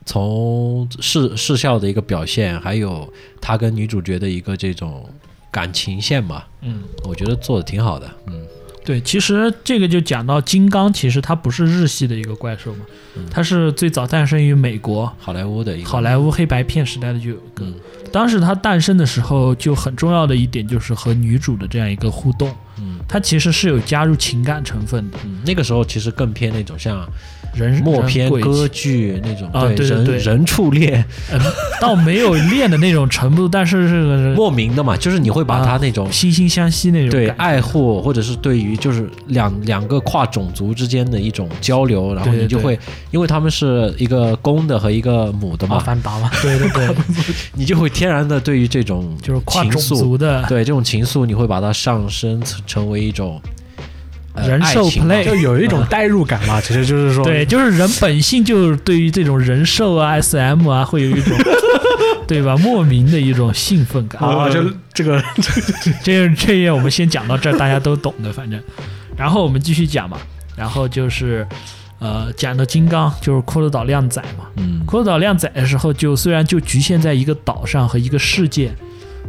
Speaker 2: 从视视效的一个表现，还有他跟女主角的一个这种感情线嘛，
Speaker 1: 嗯，
Speaker 2: 我觉得做的挺好的。嗯
Speaker 1: 对，其实这个就讲到金刚，其实它不是日系的一个怪兽嘛，
Speaker 2: 嗯
Speaker 1: 它是最早诞生于美国。
Speaker 2: 好莱坞的一个
Speaker 1: 好莱坞黑白片时代的就有一个，
Speaker 2: 嗯
Speaker 1: 当时它诞生的时候就很重要的一点就是和女主的这样一个互动，
Speaker 2: 嗯
Speaker 1: 它其实是有加入情感成分的，
Speaker 2: 嗯，那个时候其实更偏那种像
Speaker 1: 人
Speaker 2: 默片
Speaker 1: 人、轨迹
Speaker 2: 歌剧那种，
Speaker 1: 啊对对
Speaker 2: 人
Speaker 1: 对
Speaker 2: 人畜恋，
Speaker 1: 倒没有恋的那种程度，但是是
Speaker 2: [LAUGHS]
Speaker 1: 个
Speaker 2: 莫名的嘛，就是你会把他那种、
Speaker 1: 惺惺相惜那种
Speaker 2: 对
Speaker 1: 啊感觉。
Speaker 2: 爱护，或者是对于就是两两个跨种族之间的一种交流，然后
Speaker 1: 对对
Speaker 2: 你就
Speaker 1: 对
Speaker 2: 会，因为他们是一个公的和一个母的
Speaker 3: 《阿
Speaker 2: 嘛，
Speaker 3: 凡达》嘛，
Speaker 1: 对对对，
Speaker 2: 你就会天然的对于这种
Speaker 1: 就是跨
Speaker 2: 情
Speaker 1: 种
Speaker 2: 愫
Speaker 1: 族的，
Speaker 2: 对这种情愫，你会把它上升成成为一种、呃、
Speaker 1: 人兽
Speaker 2: 爱情嘛
Speaker 1: play
Speaker 3: 就有一种代入感嘛，其实就是说，
Speaker 1: 对，就是人本性就是对于这种人兽啊、SM 啊，会有一种对吧莫名的一种兴奋感。
Speaker 3: 啊，就这个
Speaker 1: 这这页我们先讲到这儿，大家都懂的，反正。然后我们继续讲嘛，然后就是，呃，讲的金刚就是骷髅岛靓仔嘛。
Speaker 2: 嗯
Speaker 1: 骷髅岛靓仔的时候就虽然就局限在一个岛上和一个世界，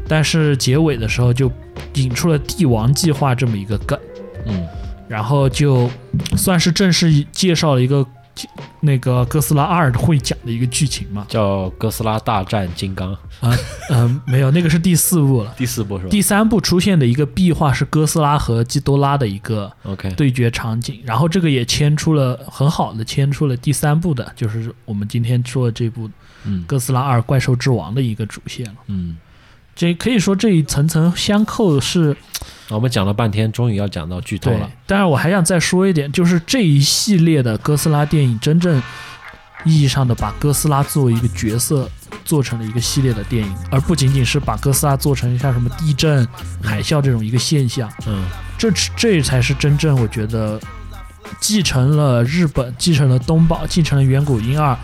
Speaker 1: 但是结尾的时候就引出了帝王计划这么一个梗，
Speaker 2: 嗯
Speaker 1: 然后就算是正式介绍了一个那个哥斯拉二会讲的一个剧情嘛。
Speaker 2: 叫哥斯拉大战金刚
Speaker 1: 嗯，没有，那个是第四部 [LAUGHS] 了。
Speaker 2: 第四部是吧？
Speaker 1: 第三部出现的一个壁画是哥斯拉和基多拉的一个
Speaker 2: OK
Speaker 1: 对决场景，然后这个也牵出了很好的牵出了第三部的，就是我们今天说的这部《
Speaker 2: 嗯
Speaker 1: 哥斯拉二：怪兽之王》的一个主线了。
Speaker 2: 嗯，
Speaker 1: 这可以说这一层层相扣是
Speaker 2: 我们讲了半天，终于要讲到剧透
Speaker 1: 对
Speaker 2: 了。。
Speaker 1: 当然，我还想再说一点，就是这一系列的哥斯拉电影真正意义上的把哥斯拉作为一个角色做成了一个系列的电影，而不仅仅是把哥斯拉做成像什么地震、海啸这种一个现象。
Speaker 2: 嗯
Speaker 1: 这这才是真正我觉得继承了日本、继承了东宝、继承了远古婴儿，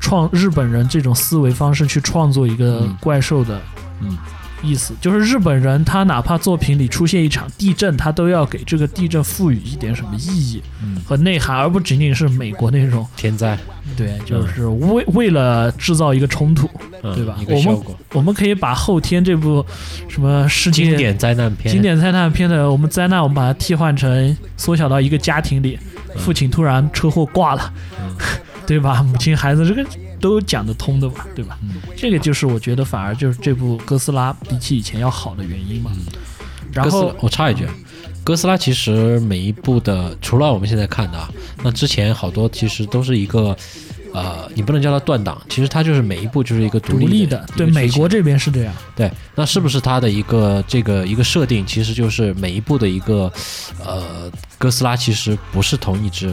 Speaker 1: 创日本人这种思维方式去创作一个
Speaker 2: 嗯
Speaker 1: 怪兽的
Speaker 2: 嗯
Speaker 1: 意思，就是日本人他哪怕作品里出现一场地震，他都要给这个地震赋予一点什么意义
Speaker 2: 嗯，
Speaker 1: 和内涵，而不仅仅是美国那种
Speaker 2: 天灾，
Speaker 1: 对，就是为为了制造一个冲突。
Speaker 2: 嗯、
Speaker 1: 对吧
Speaker 2: 一个
Speaker 1: 我们
Speaker 2: 效果，
Speaker 1: 我们可以把后天这部什么世界
Speaker 2: 经典灾难片，
Speaker 1: 经典灾难片的，我们灾难我们把它替换成缩小到一个家庭里，父亲突然车祸挂了，
Speaker 2: 嗯
Speaker 1: [LAUGHS] 对吧？母亲孩子这个都讲得通的嘛，对吧？
Speaker 2: 嗯
Speaker 1: 这个就是我觉得反而就是这部哥斯拉比起以前要好的原因嘛。然
Speaker 2: 嗯哥斯拉
Speaker 1: 后，
Speaker 2: 我插一句，啊哥斯拉其实每一部的，除了我们现在看的啊，那之前好多其实都是一个，呃，你不能叫它断档，其实它就是每一部就是一个
Speaker 1: 独
Speaker 2: 立
Speaker 1: 立
Speaker 2: 的
Speaker 1: 的，
Speaker 2: 一个
Speaker 1: 对
Speaker 2: 剧
Speaker 1: 美
Speaker 2: 情
Speaker 1: 国这边是这样，
Speaker 2: 对，那是不是它的一个这个一个设定，其实就是每一部的一个，呃，哥斯拉其实不是同一只，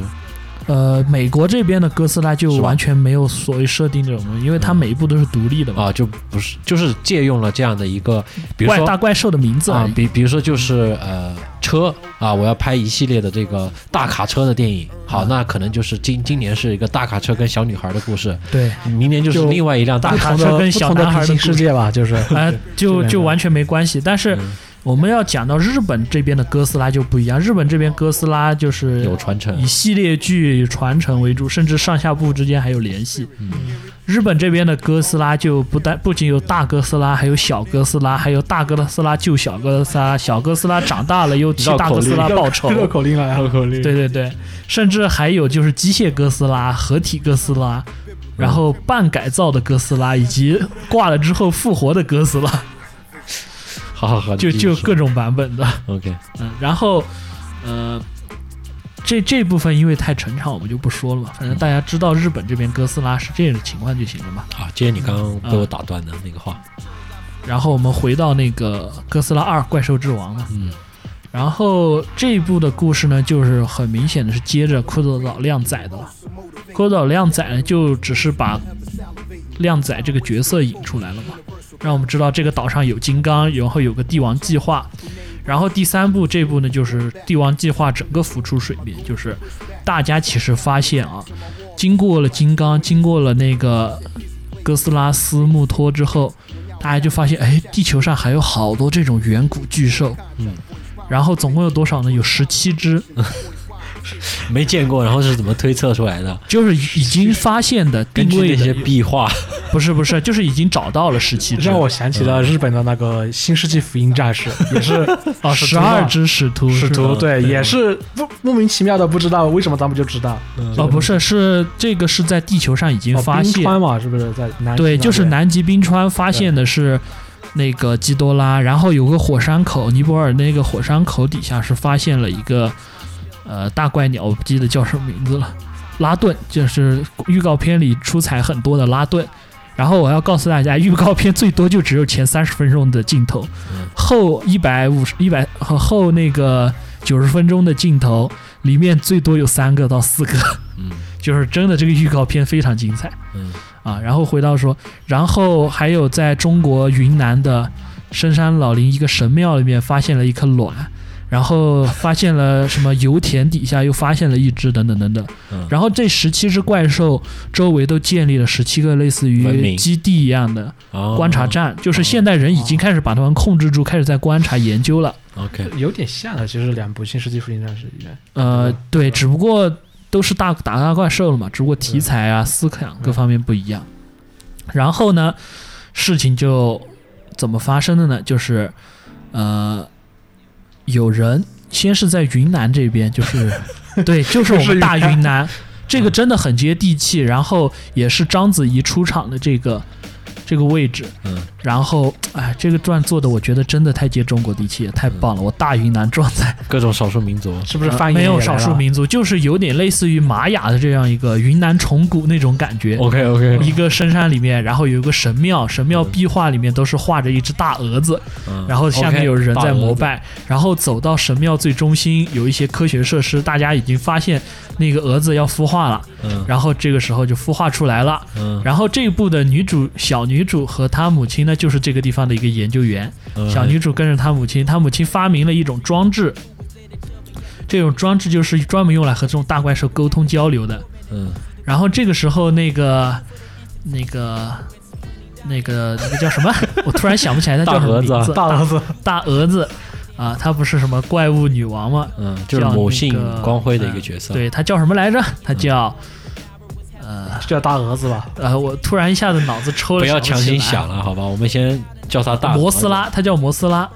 Speaker 1: 呃，美国这边的哥斯拉就是
Speaker 2: 吧嗯
Speaker 1: 完全没有所谓设定这种东西，因为它每一部都是独立的嘛，
Speaker 2: 啊，就不是，就是借用了这样的一个，比如
Speaker 1: 怪
Speaker 2: 说
Speaker 1: 大怪兽的名字而
Speaker 2: 啊
Speaker 1: 已，
Speaker 2: 比比如说就是呃车啊，我要拍一系列的这个大卡车的电影，好，那可能就是今今年是一个大卡车跟小女孩的故事，
Speaker 1: 对。
Speaker 2: 明年就是
Speaker 3: 就
Speaker 2: 另外一辆大
Speaker 1: 大
Speaker 2: 卡
Speaker 1: 卡
Speaker 3: 不
Speaker 1: 车
Speaker 3: 同的
Speaker 1: 跟
Speaker 3: 不
Speaker 1: 小
Speaker 3: 同的
Speaker 1: 男孩
Speaker 3: 平
Speaker 1: 的
Speaker 3: 行
Speaker 1: 故
Speaker 3: 世界吧，就是
Speaker 1: 哎，就
Speaker 3: 对
Speaker 1: 就完全没关系。但是
Speaker 2: 嗯
Speaker 1: 我们要讲到日本这边的哥斯拉就不一样，日本这边哥斯拉就是
Speaker 2: 有传承
Speaker 1: 以， [LAUGHS] 系列剧传承为主，甚至上下部之间还有联系。
Speaker 3: 嗯
Speaker 1: 日本这边的哥斯拉就不单不仅有大哥斯拉，还有小哥斯拉，还有大哥斯拉救小哥斯拉，小哥斯拉长大了又替
Speaker 2: 绕口
Speaker 1: 大哥斯拉
Speaker 3: 绕
Speaker 1: 报 [LAUGHS] 仇。
Speaker 3: 绕口令了，绕口令。
Speaker 1: 对对对，甚至还有就是机械哥斯拉、合体哥斯拉，
Speaker 3: 嗯
Speaker 1: 然后半改造的哥斯拉，以及挂了之后复活的哥斯拉。
Speaker 2: 好好好，
Speaker 1: 就就各种版本的，
Speaker 2: OK，
Speaker 1: 嗯，然后，呃，这这部分因为太沉长，我们就不说了嘛。反正大家知道日本这边哥斯拉是这种情况就行了嘛。
Speaker 2: 好，接你刚刚被我打断的那个话，
Speaker 1: 然后我们回到那个《哥斯拉二：怪兽之王》嘛，
Speaker 2: 嗯
Speaker 1: 然后这一部的故事呢，就是很明显的是接着骷髅岛靓仔的了。骷髅岛靓仔呢，就只是把靓仔这个角色引出来了嘛，让我们知道这个岛上有金刚，然后有个帝王计划。然后第三部这部呢，就是帝王计划整个浮出水面，就是大家其实发现啊，经过了金刚，经过了那个哥斯拉斯穆托之后，大家就发现，哎，地球上还有好多这种远古巨兽。
Speaker 2: 嗯，
Speaker 1: 然后总共有多少呢？有十七只，
Speaker 2: 没见过，然后是怎么推测出来的？
Speaker 1: 就是已经发现的
Speaker 2: 根
Speaker 1: 定
Speaker 2: 据
Speaker 1: 位
Speaker 2: 那些
Speaker 1: 的，
Speaker 2: 壁画，
Speaker 1: 不是不是，就是已经找到了十七只
Speaker 3: [LAUGHS] 让，我想
Speaker 1: 嗯
Speaker 3: 起了日本的那个《新世纪福音战士》，
Speaker 1: [LAUGHS]
Speaker 3: 也是
Speaker 1: 啊，
Speaker 3: 使
Speaker 1: 十
Speaker 3: 徒
Speaker 1: 二
Speaker 3: 嘛
Speaker 1: 只使徒，
Speaker 3: 使
Speaker 1: 是吧
Speaker 3: 徒，对，
Speaker 2: 对
Speaker 3: 也是不莫名其妙的不知道为什么咱们就知道，
Speaker 1: 哦，不是，是这个是在地球上已经
Speaker 3: 哦
Speaker 1: 发
Speaker 3: 冰
Speaker 1: 现，
Speaker 3: 川嘛，是不是在南？
Speaker 1: 对，就是
Speaker 3: 南。
Speaker 1: 南极冰川发现的是那个基多拉，然后有个火山口，尼泊尔那个火山口底下是发现了一个呃大怪鸟，我不记得叫什么名字了，拉顿，就是预告片里出彩很多的拉顿。然后我要告诉大家，预告片最多就只有前三十分钟的镜头
Speaker 2: 嗯，
Speaker 1: 后一百五十、一百和后那个九十分钟的镜头里面最多有三个到四个，
Speaker 2: 嗯
Speaker 1: 就是真的这个预告片非常精彩。
Speaker 2: 嗯
Speaker 1: 啊，然后回到说，然后还有在中国云南的深山老林一个神庙里面发现了一颗卵，然后发现了什么油田底下又发现了一只等等等等，
Speaker 2: 嗯，
Speaker 1: 然后这十七只怪兽周围都建立了十七个类似
Speaker 2: 文
Speaker 1: 于
Speaker 2: 明哦
Speaker 1: 基地一样的
Speaker 2: 后
Speaker 1: 观察站，就是现代人已
Speaker 2: 哦
Speaker 1: 经开始把它们控制住，开始在观察研究了。
Speaker 2: ，OK，
Speaker 3: 有点像的，其实两部《新世纪福音战士》里面，
Speaker 1: 呃
Speaker 3: 嗯，
Speaker 1: 对，只不过都是大打大怪兽了嘛，只不过题材啊、思想各方面不一样。然后呢，事情就怎么发生的呢？就是呃，有人先是在云南这边，就是 [LAUGHS] 对，就是我们大云南，这个真的很接地气。然后也是章子怡出场的这个这个位置，
Speaker 2: 嗯，
Speaker 1: 然后哎，这个传做的我觉得真的太接中国地气，也太棒了，我大云南状态，
Speaker 2: 各种少数民族，
Speaker 3: 是不是翻译
Speaker 1: 呃没有
Speaker 3: 也来
Speaker 1: 少数
Speaker 3: 了
Speaker 1: 民族，就是有点类似于玛雅的这样一个云南虫谷那种感觉。
Speaker 3: 哦
Speaker 2: OK OK，
Speaker 1: 一个深山里面，然后有一个神庙，神庙壁画里面都是画着一只大蛾子，
Speaker 3: 嗯
Speaker 1: 然后下面有人在膜拜，然后走到神庙最中心，有一些科学设施，大家已经发现那个蛾子要孵化了，
Speaker 2: 嗯
Speaker 1: 然后这个时候就孵化出来了。
Speaker 2: 嗯，
Speaker 1: 然后这一部的女主小女主和她母亲呢，就是这个地方的一个研究员。
Speaker 2: 嗯
Speaker 1: 小女主跟着她母亲，她母亲发明了一种装置，这种装置就是专门用来和这种大怪兽沟通交流的。
Speaker 2: 嗯
Speaker 1: 然后这个时候，那个、那个、那个、那个叫
Speaker 2: [LAUGHS]
Speaker 1: 什么？我突然想不起来，它叫什么名字？啊
Speaker 3: 大儿子，
Speaker 1: 大蛾子啊，她不是什么怪物女王吗？
Speaker 2: 嗯，就是
Speaker 1: 叫
Speaker 2: 某
Speaker 1: 那
Speaker 2: 性
Speaker 1: 个
Speaker 2: 光辉的一个角色，
Speaker 1: 对，她叫什么来着？她叫、
Speaker 3: 就叫大儿
Speaker 1: [LAUGHS]
Speaker 3: 子吧。
Speaker 1: 呃，我突然一下子脑子抽了，
Speaker 2: 不要强行
Speaker 1: 不起来
Speaker 2: 想了，好吧？我们先叫他大
Speaker 1: 摩斯拉，它叫摩斯拉。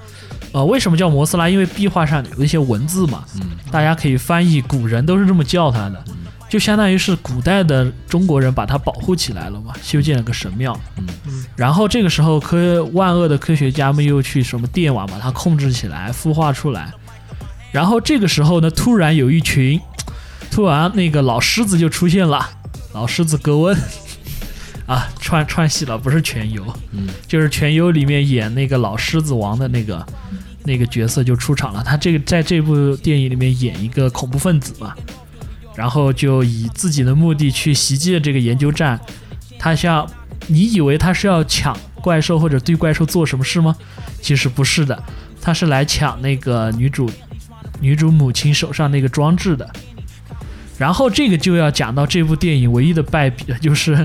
Speaker 1: 呃，为什么叫摩斯拉？因为壁画上有一些文字嘛，
Speaker 2: 嗯
Speaker 1: 大家可以翻译，古人都是这么叫它的，就相当于是古代的中国人把它保护起来了嘛，修建了个神庙。
Speaker 2: 嗯
Speaker 1: 然后这个时候科万恶的科学家们又去什么电网把它控制起来，孵化出来。然后这个时候呢，突然有一群，突然那个老狮子就出现了，老狮子格温， [LAUGHS] 啊，串串戏了，不是全游。
Speaker 2: 嗯
Speaker 1: 就是《全优》里面演那个老狮子王的那个那个角色就出场了。他这个在这部电影里面演一个恐怖分子嘛，然后就以自己的目的去袭击了这个研究站。他像你以为他是要抢怪兽或者对怪兽做什么事吗？其实不是的，他是来抢那个女主女主母亲手上那个装置的。然后这个就要讲到这部电影唯一的败笔了，就是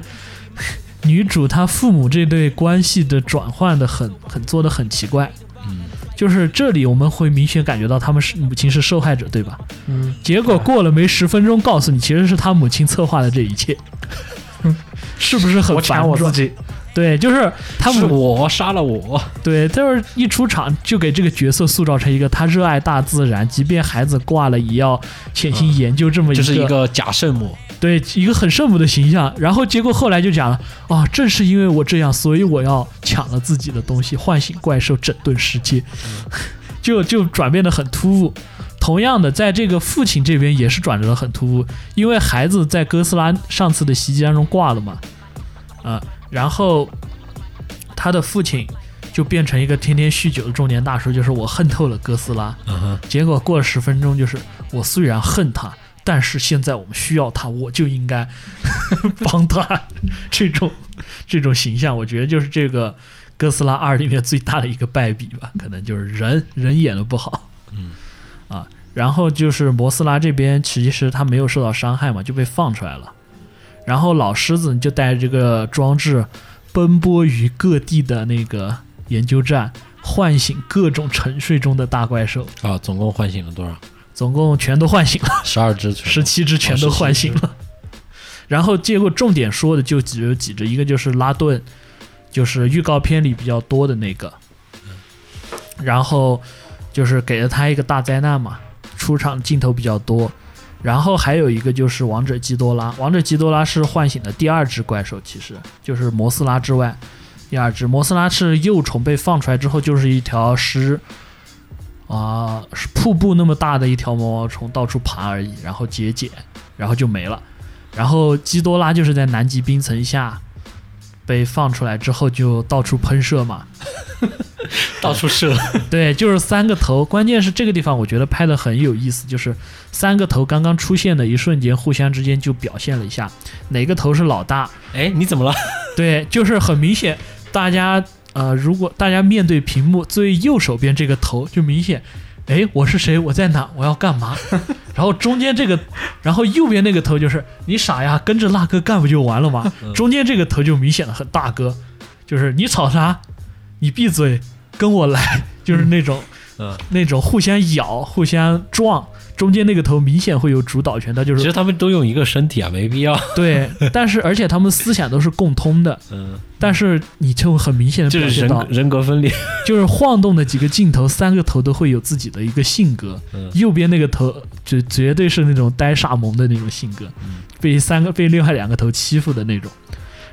Speaker 1: 女主她父母这对关系的转换的很很做的很奇怪，
Speaker 2: 嗯
Speaker 1: 就是这里我们会明显感觉到他们是母亲是受害者，对吧？
Speaker 3: 嗯，
Speaker 1: 结果过了没十分钟，告诉你其实是他母亲策划的这一切， [LAUGHS] 是不是很
Speaker 3: 我
Speaker 1: 反
Speaker 3: 抢我自
Speaker 1: 转？
Speaker 3: 己，
Speaker 1: 对，就是他
Speaker 2: 是
Speaker 1: 母
Speaker 2: 我杀了我，
Speaker 1: 对，就是一出场就给这个角色塑造成一个他热爱大自然，即便孩子挂了也要潜心研究这么
Speaker 2: 就是一个假圣母，
Speaker 1: 对一个很圣母的形象，然后结果后来就讲了，哦，正是因为我这样，所以我要抢了自己的东西，唤醒怪兽，整顿世界， [LAUGHS] 就就转变的很突兀。同样的，在这个父亲这边也是转折的很突兀，因为孩子在哥斯拉上次的袭击当中挂了嘛，啊、然后他的父亲就变成一个天天酗酒的中年大叔，就是我恨透了哥斯拉，
Speaker 2: 嗯哼，
Speaker 1: 结果过了十分钟，就是我虽然恨他，但是现在我们需要他，我就应该 [LAUGHS] 帮他。这种这种形象，我觉得就是这个《哥斯拉二》里面最大的一个败笔吧，可能就是人人演的不好。嗯，啊，然后就是摩斯拉这边其实他没有受到伤害嘛，就被放出来了。然后老狮子就带着这个装置奔波于各地的那个研究站，唤醒各种沉睡中的大怪兽。
Speaker 2: 啊，总共唤醒了多少？
Speaker 1: 总共全都唤醒了，
Speaker 2: 十二只，
Speaker 1: 十七只全都唤醒了。然后结果重点说的就只有几只，一个就是拉顿，就是预告片里比较多的那个，然后就是给了他一个大灾难嘛，出场镜头比较多。然后还有一个就是王者基多拉，王者基多拉是唤醒的第二只怪兽，其实就是摩斯拉之外第二只。摩斯拉是幼虫被放出来之后，就是一条尸啊、是瀑布那么大的一条毛毛虫到处爬而已，然后结茧，然后就没了。然后基多拉就是在南极冰层下被放出来之后就到处喷射嘛，
Speaker 2: 到处射，
Speaker 1: 对，就是三个头。关键是这个地方，我觉得拍的很有意思，就是三个头刚刚出现的一瞬间，互相之间就表现了一下哪个头是老大。
Speaker 2: [LAUGHS] 哎，你怎么了？
Speaker 1: 对，就是很明显，大家呃，如果大家面对屏幕最右手边这个头，就明显，哎，我是谁？我在哪？我要干
Speaker 2: [LAUGHS]
Speaker 1: 嘛？然后中间这个，然后右边那个头就是你傻呀，跟着辣哥干不就完了吗？
Speaker 2: 嗯
Speaker 1: 中间这个头就明显的很大哥，就是你吵啥？你闭嘴，跟我来， [LAUGHS] 就是那种。
Speaker 2: 嗯，
Speaker 1: 那种互相咬、互相撞，中间那个头明显会有主导权，他就
Speaker 2: 其
Speaker 1: 是
Speaker 2: 实他们都用一个身体啊，没必要，
Speaker 1: 对。但是而且他们思想都是共通的，
Speaker 2: [LAUGHS] 嗯，
Speaker 1: 但是你就很明显的
Speaker 2: 就
Speaker 1: 表
Speaker 2: 是
Speaker 1: 现到
Speaker 2: 人，人格分裂，
Speaker 1: 就是晃动的几个镜头，三个头都会有自己的一个性格。
Speaker 2: 嗯
Speaker 1: 右边那个头就绝
Speaker 2: 嗯
Speaker 1: 对是那种呆傻萌的那种性格，被三个被另外两个头欺负的那种。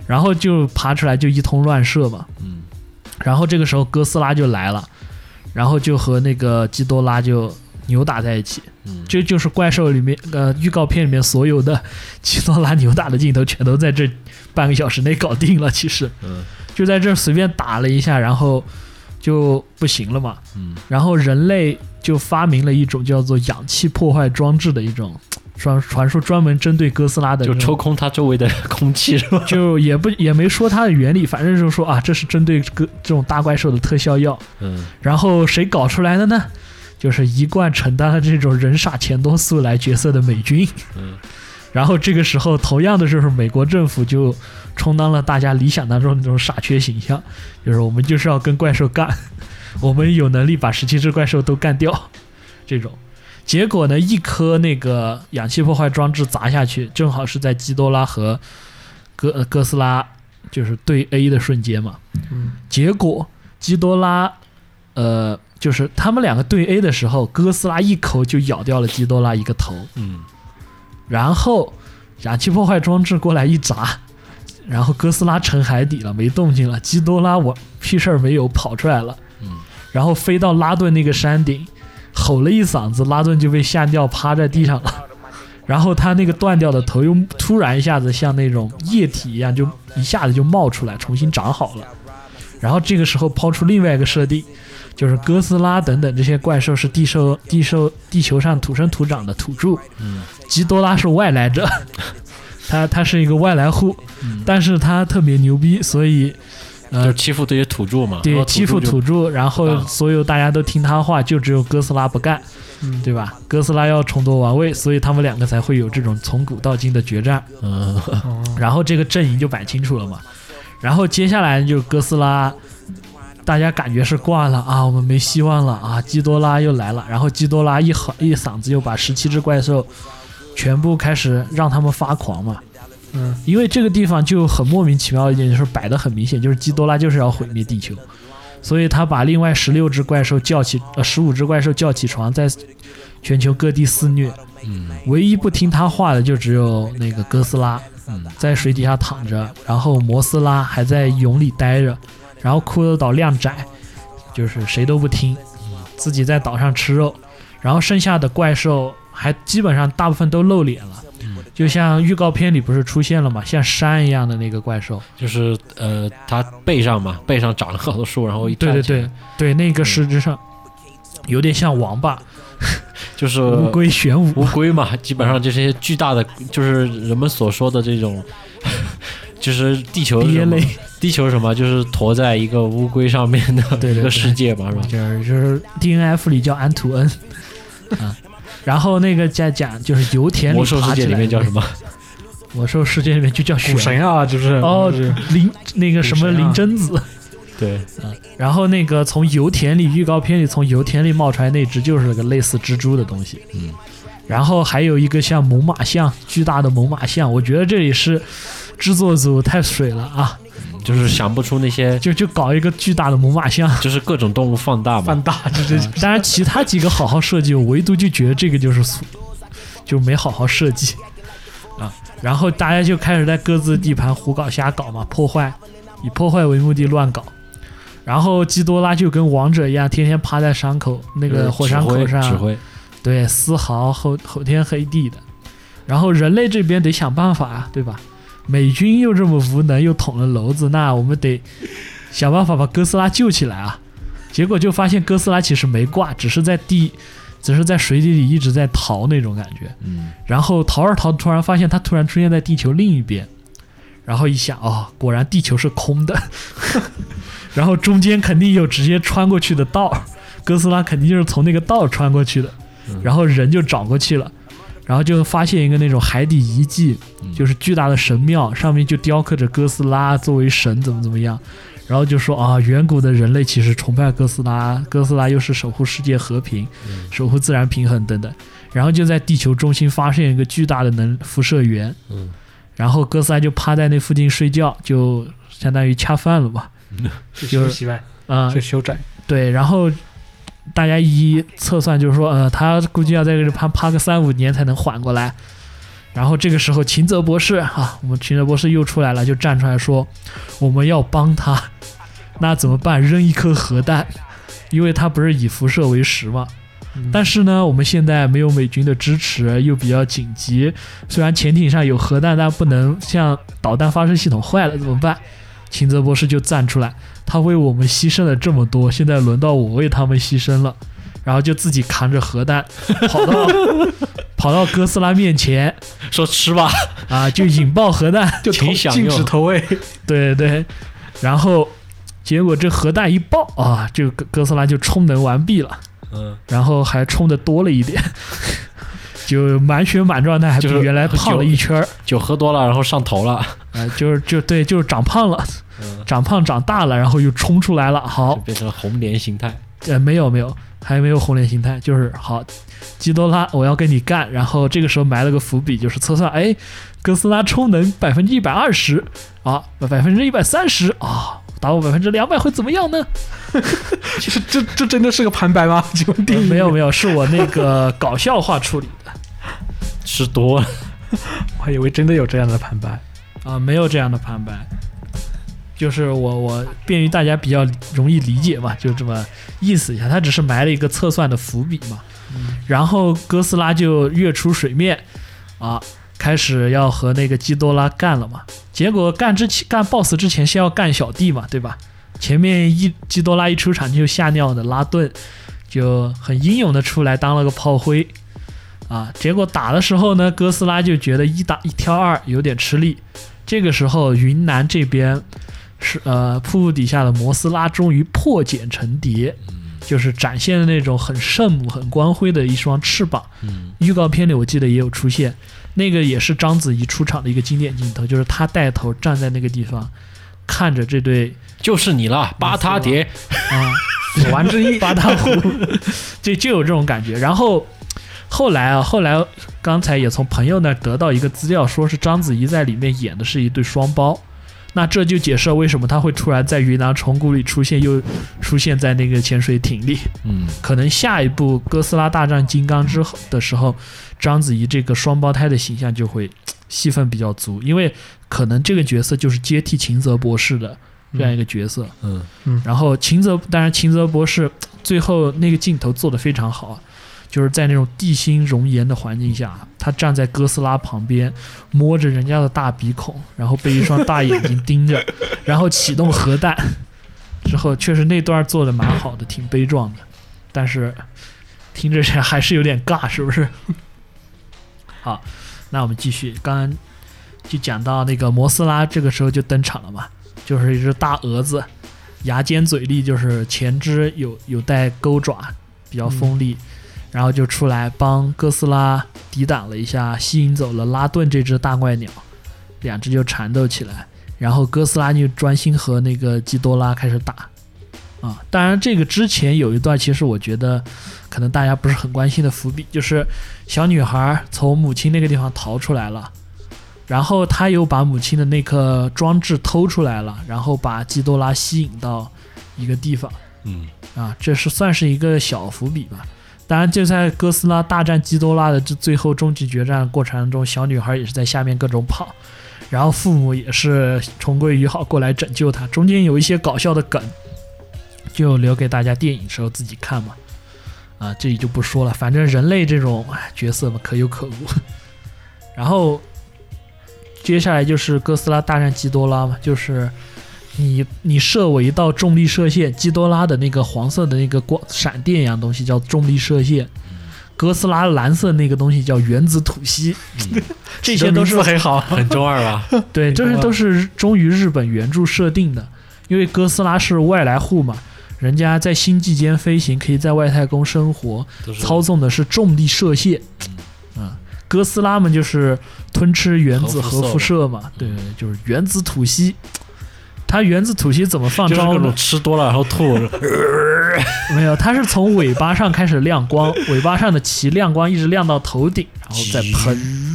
Speaker 1: 然后就爬出来就一通乱射嘛。
Speaker 2: 嗯，
Speaker 1: 然后这个时候哥斯拉就来了，然后就和那个基多拉就扭打在一起。
Speaker 2: 嗯
Speaker 1: 这就是怪兽里面呃预告片里面所有的基多拉扭打的镜头，全都在这半个小时内搞定了。其实
Speaker 2: 嗯
Speaker 1: 就在这儿随便打了一下，然后就不行了嘛。
Speaker 2: 嗯
Speaker 1: 然后人类就发明了一种叫做氧气破坏装置的一种传传说，专门针对哥斯拉的这
Speaker 2: 就
Speaker 1: 种，
Speaker 2: 抽空它周 [LAUGHS] 围的空气是吧？
Speaker 1: 就也不也没说它的原理，反正就说啊，这是针对哥这种大怪兽的特效药。
Speaker 2: 嗯，
Speaker 1: 然后谁搞出来的呢？就是一贯承担了这种人傻钱多素来角色的美军。
Speaker 2: 嗯，
Speaker 1: 然后这个时候，同样的就是美国政府就充当了大家理想当中的那种傻缺形象，就是我们就是要跟怪兽干，我们有能力把十七只怪兽都干掉，这种。结果呢，一颗那个氧气破坏装置砸下去，正好是在基多拉和哥呃哥斯拉就是对 A 的瞬间嘛。
Speaker 3: 嗯，
Speaker 1: 结果基多拉呃，就是他们两个对 A 的时候，哥斯拉一口就咬掉了基多拉一个头，
Speaker 2: 嗯，
Speaker 1: 然后氧气破坏装置过来一砸，然后哥斯拉沉海底了，没动静了，基多拉我屁事儿没有，跑出来了，
Speaker 2: 嗯，
Speaker 1: 然后飞到拉顿那个山顶，吼了一嗓子，拉顿就被吓尿，趴在地上了。然后他那个断掉的头又突然一下子像那种液体一样，就一下子就冒出来，重新长好了。然后这个时候抛出另外一个设定，就是哥斯拉等等这些怪兽是地兽地兽地球上土生土长的土著，
Speaker 2: 嗯，
Speaker 1: 基多拉是外来
Speaker 2: [LAUGHS]
Speaker 1: 者，他他是一个外来户，
Speaker 2: 嗯
Speaker 1: 但是他特别牛逼，所以
Speaker 2: 就
Speaker 1: 呃
Speaker 2: 欺负这些土著嘛，然
Speaker 1: 对
Speaker 2: 后
Speaker 1: 欺负
Speaker 2: 就啊
Speaker 1: 土著，然后所有大家都听他话，就只有哥斯拉不干，
Speaker 3: 嗯
Speaker 1: 对吧？哥斯拉要重夺王位，所以他们两个才会有这种从古到今的决战。
Speaker 2: 嗯
Speaker 1: 啊
Speaker 3: 哦
Speaker 1: [LAUGHS] 然后这个阵营就摆清楚了嘛。然后接下来就是哥斯拉，大家感觉是挂了啊，我们没希望了啊，基多拉又来了。然后基多拉一吼一嗓子，又把十七只怪兽全部开始让他们发狂嘛。
Speaker 3: 嗯，
Speaker 1: 因为这个地方就很莫名其妙的一点，就是摆的很明显，就是基多拉就是要毁灭地球，所以他把另外十六只怪兽叫起，呃，十五只怪兽叫起床，在全球各地肆虐。
Speaker 2: 嗯
Speaker 1: 唯一不听他话的就只有那个哥斯拉，
Speaker 2: 嗯
Speaker 1: 在水底下躺着，然后摩斯拉还在泳里待着，然后骷髅岛靓仔就是谁都不听，自己在岛上吃肉，然后剩下的怪兽还基本上大部分都露脸了，就像预告片里不是出现了嘛，像山一样的那个怪兽，
Speaker 2: 就是呃，它背上嘛，背上长了好多树，然后一
Speaker 1: 对
Speaker 2: 站
Speaker 1: 对
Speaker 2: 起来
Speaker 1: 对，对，那个实质上有点像王八、
Speaker 2: 就是
Speaker 1: 乌龟、玄武，
Speaker 2: 乌龟嘛，基本上就是一些巨大的，就是人们所说的这种， [LAUGHS] 就是地球是什么
Speaker 1: 鳖类，
Speaker 2: 地球是什么，就是驮在一个乌龟上面的
Speaker 1: [LAUGHS] 对对
Speaker 2: 一
Speaker 1: 对
Speaker 2: 个世界嘛，是吧？
Speaker 1: 就是就是 DNF 里叫安图恩啊，然后那个在讲就是油田里
Speaker 2: 魔兽世
Speaker 1: 爬
Speaker 2: 界
Speaker 1: 起
Speaker 2: 里
Speaker 1: 来
Speaker 2: 面
Speaker 1: 的
Speaker 2: 叫什么？
Speaker 1: 魔兽世界里面就叫
Speaker 3: 股神啊，就是
Speaker 1: 哦
Speaker 3: 就是
Speaker 1: [LAUGHS] 林那个什么林贞子，
Speaker 3: 啊
Speaker 2: 对，
Speaker 1: 然后那个从油田里预告片里从油田里冒出来那只就是那个类似蜘蛛的东西，
Speaker 2: 嗯，
Speaker 1: 然后还有一个像猛犸象，巨大的猛犸象，我觉得这里是制作组太水了啊，
Speaker 2: 就是想不出那些，
Speaker 1: 就就搞一个巨大的猛犸象，
Speaker 2: 就是各种动物放大嘛
Speaker 3: 放，大，就是
Speaker 1: [LAUGHS] 当然其他几个好好设计，我唯独就觉得这个就是俗就没好好设计啊，然后大家就开始在各自地盘胡搞瞎搞嘛，破坏，以破坏为目的乱搞。然后基多拉就跟王者一样，天天趴在山口那
Speaker 2: 就是
Speaker 1: 个火山口
Speaker 2: 指挥指
Speaker 1: 上，
Speaker 2: 挥，
Speaker 1: 对，嘶嚎吼吼天黑地的。然后人类这边得想办法啊，对吧？美军又这么无能，又捅了娄子，那我们得想办法把哥斯拉救起来啊。结果就发现哥斯拉其实没挂，只是在地，只是在水底里一直在逃那种感觉。
Speaker 2: 嗯，
Speaker 1: 然后逃着逃着，突然发现它突然出现在地球另一边，然后一想，哦，果然地球是空的， [LAUGHS] 然后中间肯定有直接穿过去的道儿，哥斯拉肯定就是从那个道儿穿过去的，然后人就找过去了，然后就发现一个那种海底遗迹，就是巨大的神庙，上面就雕刻着哥斯拉作为神怎么怎么样。然后就说啊，远古的人类其实崇拜哥斯拉，哥斯拉又是守护世界和平、守护自然平衡等等。然后就在地球中心发现一个巨大的能辐射源，
Speaker 2: 嗯，
Speaker 1: 然后哥斯拉就趴在那附近睡觉，就相当于恰饭了嘛，
Speaker 3: 休息呗，
Speaker 1: 啊、
Speaker 3: 就休整。
Speaker 1: 对，然后大家一测算就是说，呃，他估计要在这里趴趴个三五年才能缓过来，然后这个时候，秦泽博士啊，我们秦泽博士又出来了，就站出来说，我们要帮他，那怎么办？扔一颗核弹，因为他不是以辐射为食嘛。但是呢，我们现在没有美军的支持，又比较紧急。虽然潜艇上有核弹，但不能像导弹发射系统坏了怎么办？秦泽博士就站出来，他为我们牺牲了这么多，现在轮到我为他们牺牲了，然后就自己扛着核
Speaker 2: [LAUGHS]
Speaker 1: 弹跑到跑到哥斯拉面前
Speaker 2: 说吃吧，
Speaker 1: 啊，就引爆核弹， [LAUGHS]
Speaker 3: 就投
Speaker 2: 挺想
Speaker 3: 禁
Speaker 2: 用
Speaker 3: 止投喂，
Speaker 1: 对对对，然后结果这核弹一爆啊，这个哥哥斯拉就充能完毕了。
Speaker 2: 嗯，
Speaker 1: 然后还充的多了一点， [LAUGHS] 就满血满状态，还比
Speaker 2: 就是
Speaker 1: 原来胖了一圈儿。
Speaker 2: 酒喝多了，然后上头了，
Speaker 1: 啊，就是就对，就是长胖了，
Speaker 2: 嗯，
Speaker 1: 长胖长大了，然后又冲出来了。
Speaker 2: 就
Speaker 1: 好，
Speaker 2: 变成了红莲形态，
Speaker 1: 呃，没有没有，还没有红莲形态，就是好，基多拉，我要跟你干。然后这个时候埋了个伏笔，就是测算，哎，哥斯拉充能百分之一百二十啊，百分之一百三十啊，达到百分之两百会怎么样呢？
Speaker 3: 这这这真的是个旁白吗？ [LAUGHS] 请问
Speaker 1: 呃
Speaker 3: 定义
Speaker 1: 没有？没有，是我那个搞笑话处理的
Speaker 2: 吃多了，
Speaker 3: 我还以为真的有这样的旁白。
Speaker 1: 啊，没有这样的旁白，就是我我便于大家比较容易理解嘛，就这么意思一下。他只是埋了一个测算的伏笔嘛，然后哥斯拉就跃出水面，啊，开始要和那个基多拉干了嘛。结果干之前干 BOSS 之前先要干小弟嘛，对吧？前面一基多拉一出场就吓尿的拉顿，就很英勇的出来当了个炮灰。啊，结果打的时候呢，哥斯拉就觉得一打一挑二有点吃力，这个时候，云南这边是呃瀑布底下的摩斯拉终于破茧成蝶，就是展现了那种很圣母、很光辉的一双翅膀。
Speaker 2: 嗯
Speaker 1: 预告片里我记得也有出现，那个也是章子怡出场的一个经典镜头，就是她带头站在那个地方，看着这对
Speaker 2: 就是你了，巴塔蝶，
Speaker 1: 啊
Speaker 3: 死亡之
Speaker 1: [LAUGHS]
Speaker 3: 翼，
Speaker 1: 八大湖，就就有这种感觉。然后后来啊，后来刚才也从朋友那儿得到一个资料，说是章子怡在里面演的是一对双胞。那这就解释了为什么她会突然在云南虫谷里出现，又出现在那个潜水艇里。
Speaker 2: 嗯，
Speaker 1: 可能下一部《哥斯拉大战金刚》之后的时候，章子怡这个双胞胎的形象就会嘖戏份比较足，因为可能这个角色就是接替秦泽博士的这样一个角色。
Speaker 2: 嗯，
Speaker 1: 然后秦泽，当然秦泽博士最后那个镜头做得非常好啊，就是在那种地心熔岩的环境下，他站在哥斯拉旁边，摸着人家的大鼻孔，然后被一双大眼睛盯着，然后启动核弹，之后确实那段做的蛮好的，挺悲壮的，但是听着这还是有点尬，是不是？好，那我们继续，刚刚就讲到那个摩斯拉这个时候就登场了嘛，就是一只大蛾子，牙尖嘴利，就是前肢有有带钩爪，比较锋利，然后就出来帮哥斯拉抵挡了一下，吸引走了拉顿这只大怪鸟，两只就缠斗起来，然后哥斯拉就专心和那个基多拉开始打。啊，当然，这个之前有一段，其实我觉得可能大家不是很关心的伏笔，就是小女孩从母亲那个地方逃出来了，然后他又把母亲的那颗装置偷出来了，然后把基多拉吸引到一个地方
Speaker 2: 嗯，
Speaker 1: 啊，这是算是一个小伏笔吧。当然，就在哥斯拉大战基多拉的这最后终极决战过程当中，小女孩也是在下面各种跑，然后父母也是重归于好过来拯救她。中间有一些搞笑的梗，就留给大家电影时候自己看嘛。啊，这里就不说了，反正人类这种哎角色嘛，可有可无。 [LAUGHS] 然后接下来就是哥斯拉大战基多拉嘛，就是你你射我一道重力射线，基多拉的那个黄色的那个光闪电一样东西叫重力射线，哥斯拉蓝色那个东西叫原子吐息，
Speaker 2: 嗯
Speaker 1: 这些都是
Speaker 3: 很好。
Speaker 2: 很中二
Speaker 1: [LAUGHS]
Speaker 2: 吧？
Speaker 1: 对，
Speaker 3: 明白
Speaker 1: 这是
Speaker 3: 了
Speaker 1: 都是忠于日本原著设定的，因为哥斯拉是外来户嘛，人家在星际间飞行，可以在外太空生活，
Speaker 2: 都是
Speaker 1: 操纵的是重力射线。啊，哥斯拉们就是吞吃原子核辐射嘛，对，就是原子吐息。它原子吐息怎么放
Speaker 2: 就是
Speaker 1: 招
Speaker 2: 各
Speaker 1: 呢
Speaker 2: 种？吃多了然后吐，
Speaker 1: [LAUGHS] 没有，它是从尾巴上开始亮光， [LAUGHS] 尾巴上的鳍亮光一直亮到头顶，然后再喷。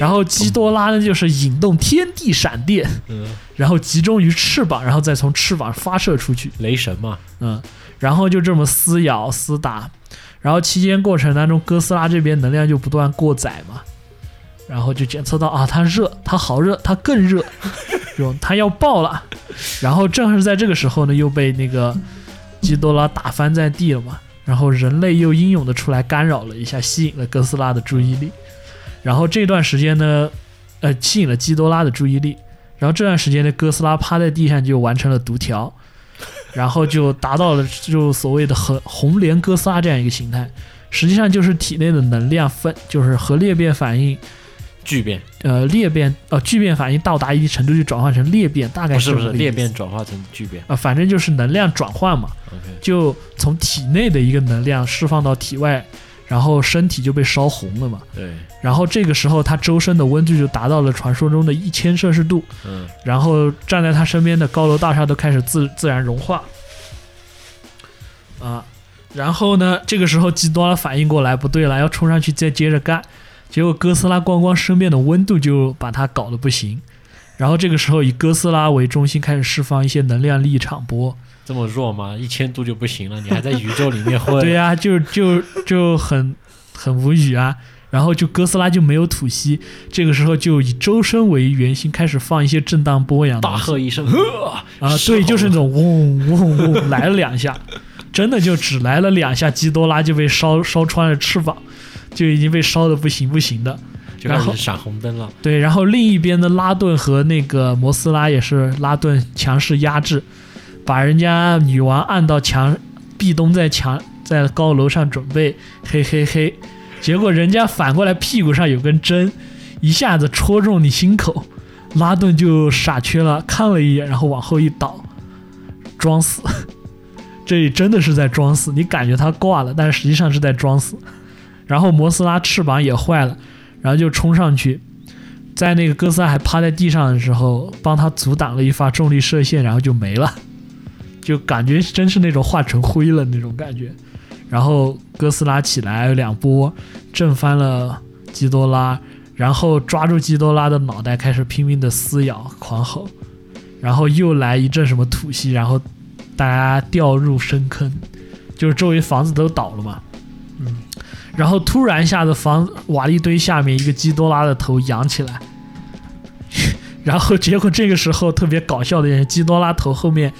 Speaker 1: 然后基多拉呢，就是引动天地闪电，
Speaker 2: 嗯，
Speaker 1: 然后集中于翅膀，然后再从翅膀发射出去。
Speaker 2: 雷神嘛， [LAUGHS]
Speaker 1: 嗯，然后就这么撕咬撕打，然后期间过程当中，哥斯拉这边能量就不断过载嘛，然后就检测到啊，它热，它好热，它更热，这种它要爆了。然后正是在这个时候呢，又被那个基多拉打翻在地了嘛。然后人类又英勇的出来干扰了一下，吸引了哥斯拉的注意力。然后这段时间呢，呃，吸引了基多拉的注意力。然后这段时间呢，哥斯拉趴在地上就完成了独条，然后就达到了就所谓的红红莲哥斯拉这样一个形态。实际上就是体内的能量分，就是核裂变反应，
Speaker 2: 聚变
Speaker 1: 呃，裂变呃聚变反应到达一定程度就转换成裂变，大概
Speaker 2: 不哦是
Speaker 1: 这
Speaker 2: 不
Speaker 1: 么
Speaker 2: 是
Speaker 1: 个
Speaker 2: 裂
Speaker 1: 意思
Speaker 2: 变转化成聚变
Speaker 1: 啊、反正就是能量转换嘛。
Speaker 2: ，OK，
Speaker 1: 就从体内的一个能量释放到体外，然后身体就被烧红了嘛。
Speaker 2: 对，
Speaker 1: 然后这个时候，他周身的温度就达到了传说中的一千摄氏度，
Speaker 2: 嗯，
Speaker 1: 然后站在他身边的高楼大厦都开始自自然融化。啊，然后呢，这个时候基多拉反应过来不对了，要冲上去再接着干，结果哥斯拉光光身边的温度就把他搞得不行。然后这个时候，以哥斯拉为中心开始释放一些能量力场波，
Speaker 2: 这么弱吗？一千度就不行了，你还在宇宙里
Speaker 1: [LAUGHS]
Speaker 2: 面混？
Speaker 1: 对啊呀、就就就很 [LAUGHS] 很无语啊。然后就哥斯拉就没有吐息，这个时候就以周身为圆心开始放一些震荡波一样的
Speaker 2: 大
Speaker 1: 东西
Speaker 2: 喝
Speaker 1: [LAUGHS]
Speaker 2: 一声，呵
Speaker 1: 啊，对，就是那种嗡嗡嗡来了两下，真的就只来了两下，基多拉就被烧烧穿了翅膀，就已经被烧的不行不行的。
Speaker 2: 就开
Speaker 1: 然后
Speaker 2: 始闪红灯了。
Speaker 1: 对，然后另一边的拉顿和那个摩斯拉也是拉顿强势压制，把人家女王按到墙壁咚在墙在高楼上准备，嘿嘿嘿，结果人家反过来屁股上有根针，一下子戳中你心口，拉顿就傻缺了，看了一眼，然后往后一倒，装死。 [LAUGHS] 这真的是在装死，你感觉他挂了，但实际上是在装死。然后摩斯拉翅膀也坏了，然后就冲上去，在那个哥斯拉还趴在地上的时候，帮他阻挡了一发重力射线，然后就没了，就感觉真是那种化成灰了那种感觉。然后哥斯拉起来两波，震翻了基多拉，然后抓住基多拉的脑袋开始拼命的撕咬、狂吼，然后又来一阵什么吐息，然后大家掉入深坑，就是周围房子都倒了嘛。
Speaker 3: 嗯，
Speaker 1: 然后突然一下子房瓦砾堆下面一个基多拉的头扬起来，然后结果这个时候特别搞笑的一点是，基多拉头后面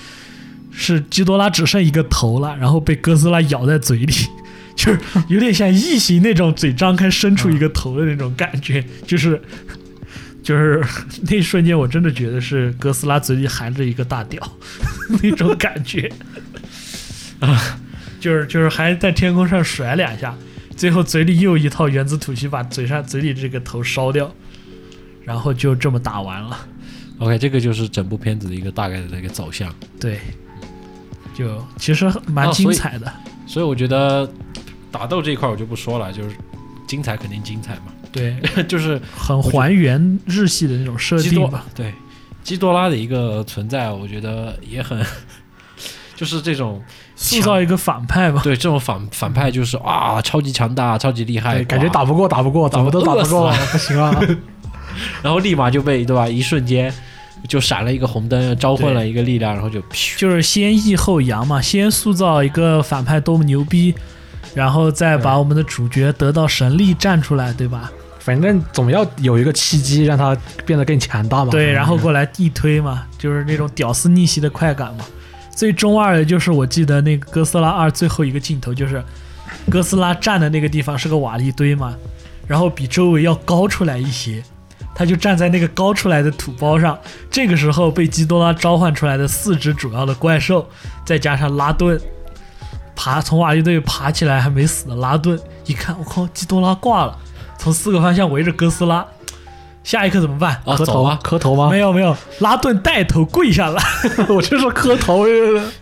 Speaker 1: 是基多拉只剩一个头了，然后被哥斯拉咬在嘴里， [LAUGHS] 就是有点像异形那种嘴张开伸出一个头的那种感觉，就是就是那一瞬间我真的觉得是哥斯拉嘴里含着一个大屌 [LAUGHS] 那种感觉啊，就是就是还在天空上甩两下，最后嘴里又一套原子吐息把嘴上嘴里这个头烧掉。然后就这么打完了。
Speaker 2: OK，这个就是整部片子的一个大概的一个走向。
Speaker 1: 对，就其实蛮
Speaker 2: 哦
Speaker 1: 精
Speaker 2: 所以
Speaker 1: 彩的。 [LAUGHS]
Speaker 2: 所以我觉得打斗这一块我就不说了，就是精彩肯定精彩嘛， [LAUGHS]
Speaker 1: 对，
Speaker 2: 就是
Speaker 1: 很
Speaker 2: 觉得
Speaker 1: 还原日系的那种设
Speaker 2: 基
Speaker 1: 定
Speaker 2: 多
Speaker 1: 吧。
Speaker 2: 对基多拉的一个存在，我觉得也很， [LAUGHS] 就是这种
Speaker 1: 塑造一个反派
Speaker 3: [LAUGHS]
Speaker 1: 吧。
Speaker 2: 对这种反反派就是啊，超级强大，超级厉害，
Speaker 1: 哎
Speaker 3: 对，哎感觉
Speaker 2: 哇
Speaker 3: 打不过，打不过，怎么都打不过，
Speaker 2: 饿
Speaker 3: 不行啊！ [LAUGHS]
Speaker 2: 然后立马就被对吧？一瞬间就闪了一个红灯，召唤了一个力量，然后就
Speaker 1: [LAUGHS]
Speaker 2: 噗
Speaker 1: 就是先抑后扬嘛，先塑造一个反派多么牛逼，然后再把我们的主角得到神力站出来，对吧？
Speaker 3: 反正总要有一个契机让他变得更强大嘛。
Speaker 1: 对，然后过来一推嘛， [LAUGHS] 就是那种屌丝逆袭的快感嘛。最中二的就是我记得那个哥斯拉二最后一个镜头，就是哥斯拉站的那个地方是个瓦砾堆嘛，然后比周围要高出来一些，他就站在那个高出来的土包上。这个时候被基多拉召唤出来的四只主要的怪兽，再加上拉顿，爬从瓦砾堆爬起来还没死的拉顿，一看我靠，基多拉挂了，从四个方向围着哥斯拉，下一刻怎么办？
Speaker 2: 啊
Speaker 3: 磕
Speaker 2: 走
Speaker 3: 头
Speaker 2: 啊，
Speaker 3: 磕头吗
Speaker 1: 没？有没有，拉顿带头跪下了，
Speaker 3: [LAUGHS] 我就说磕头，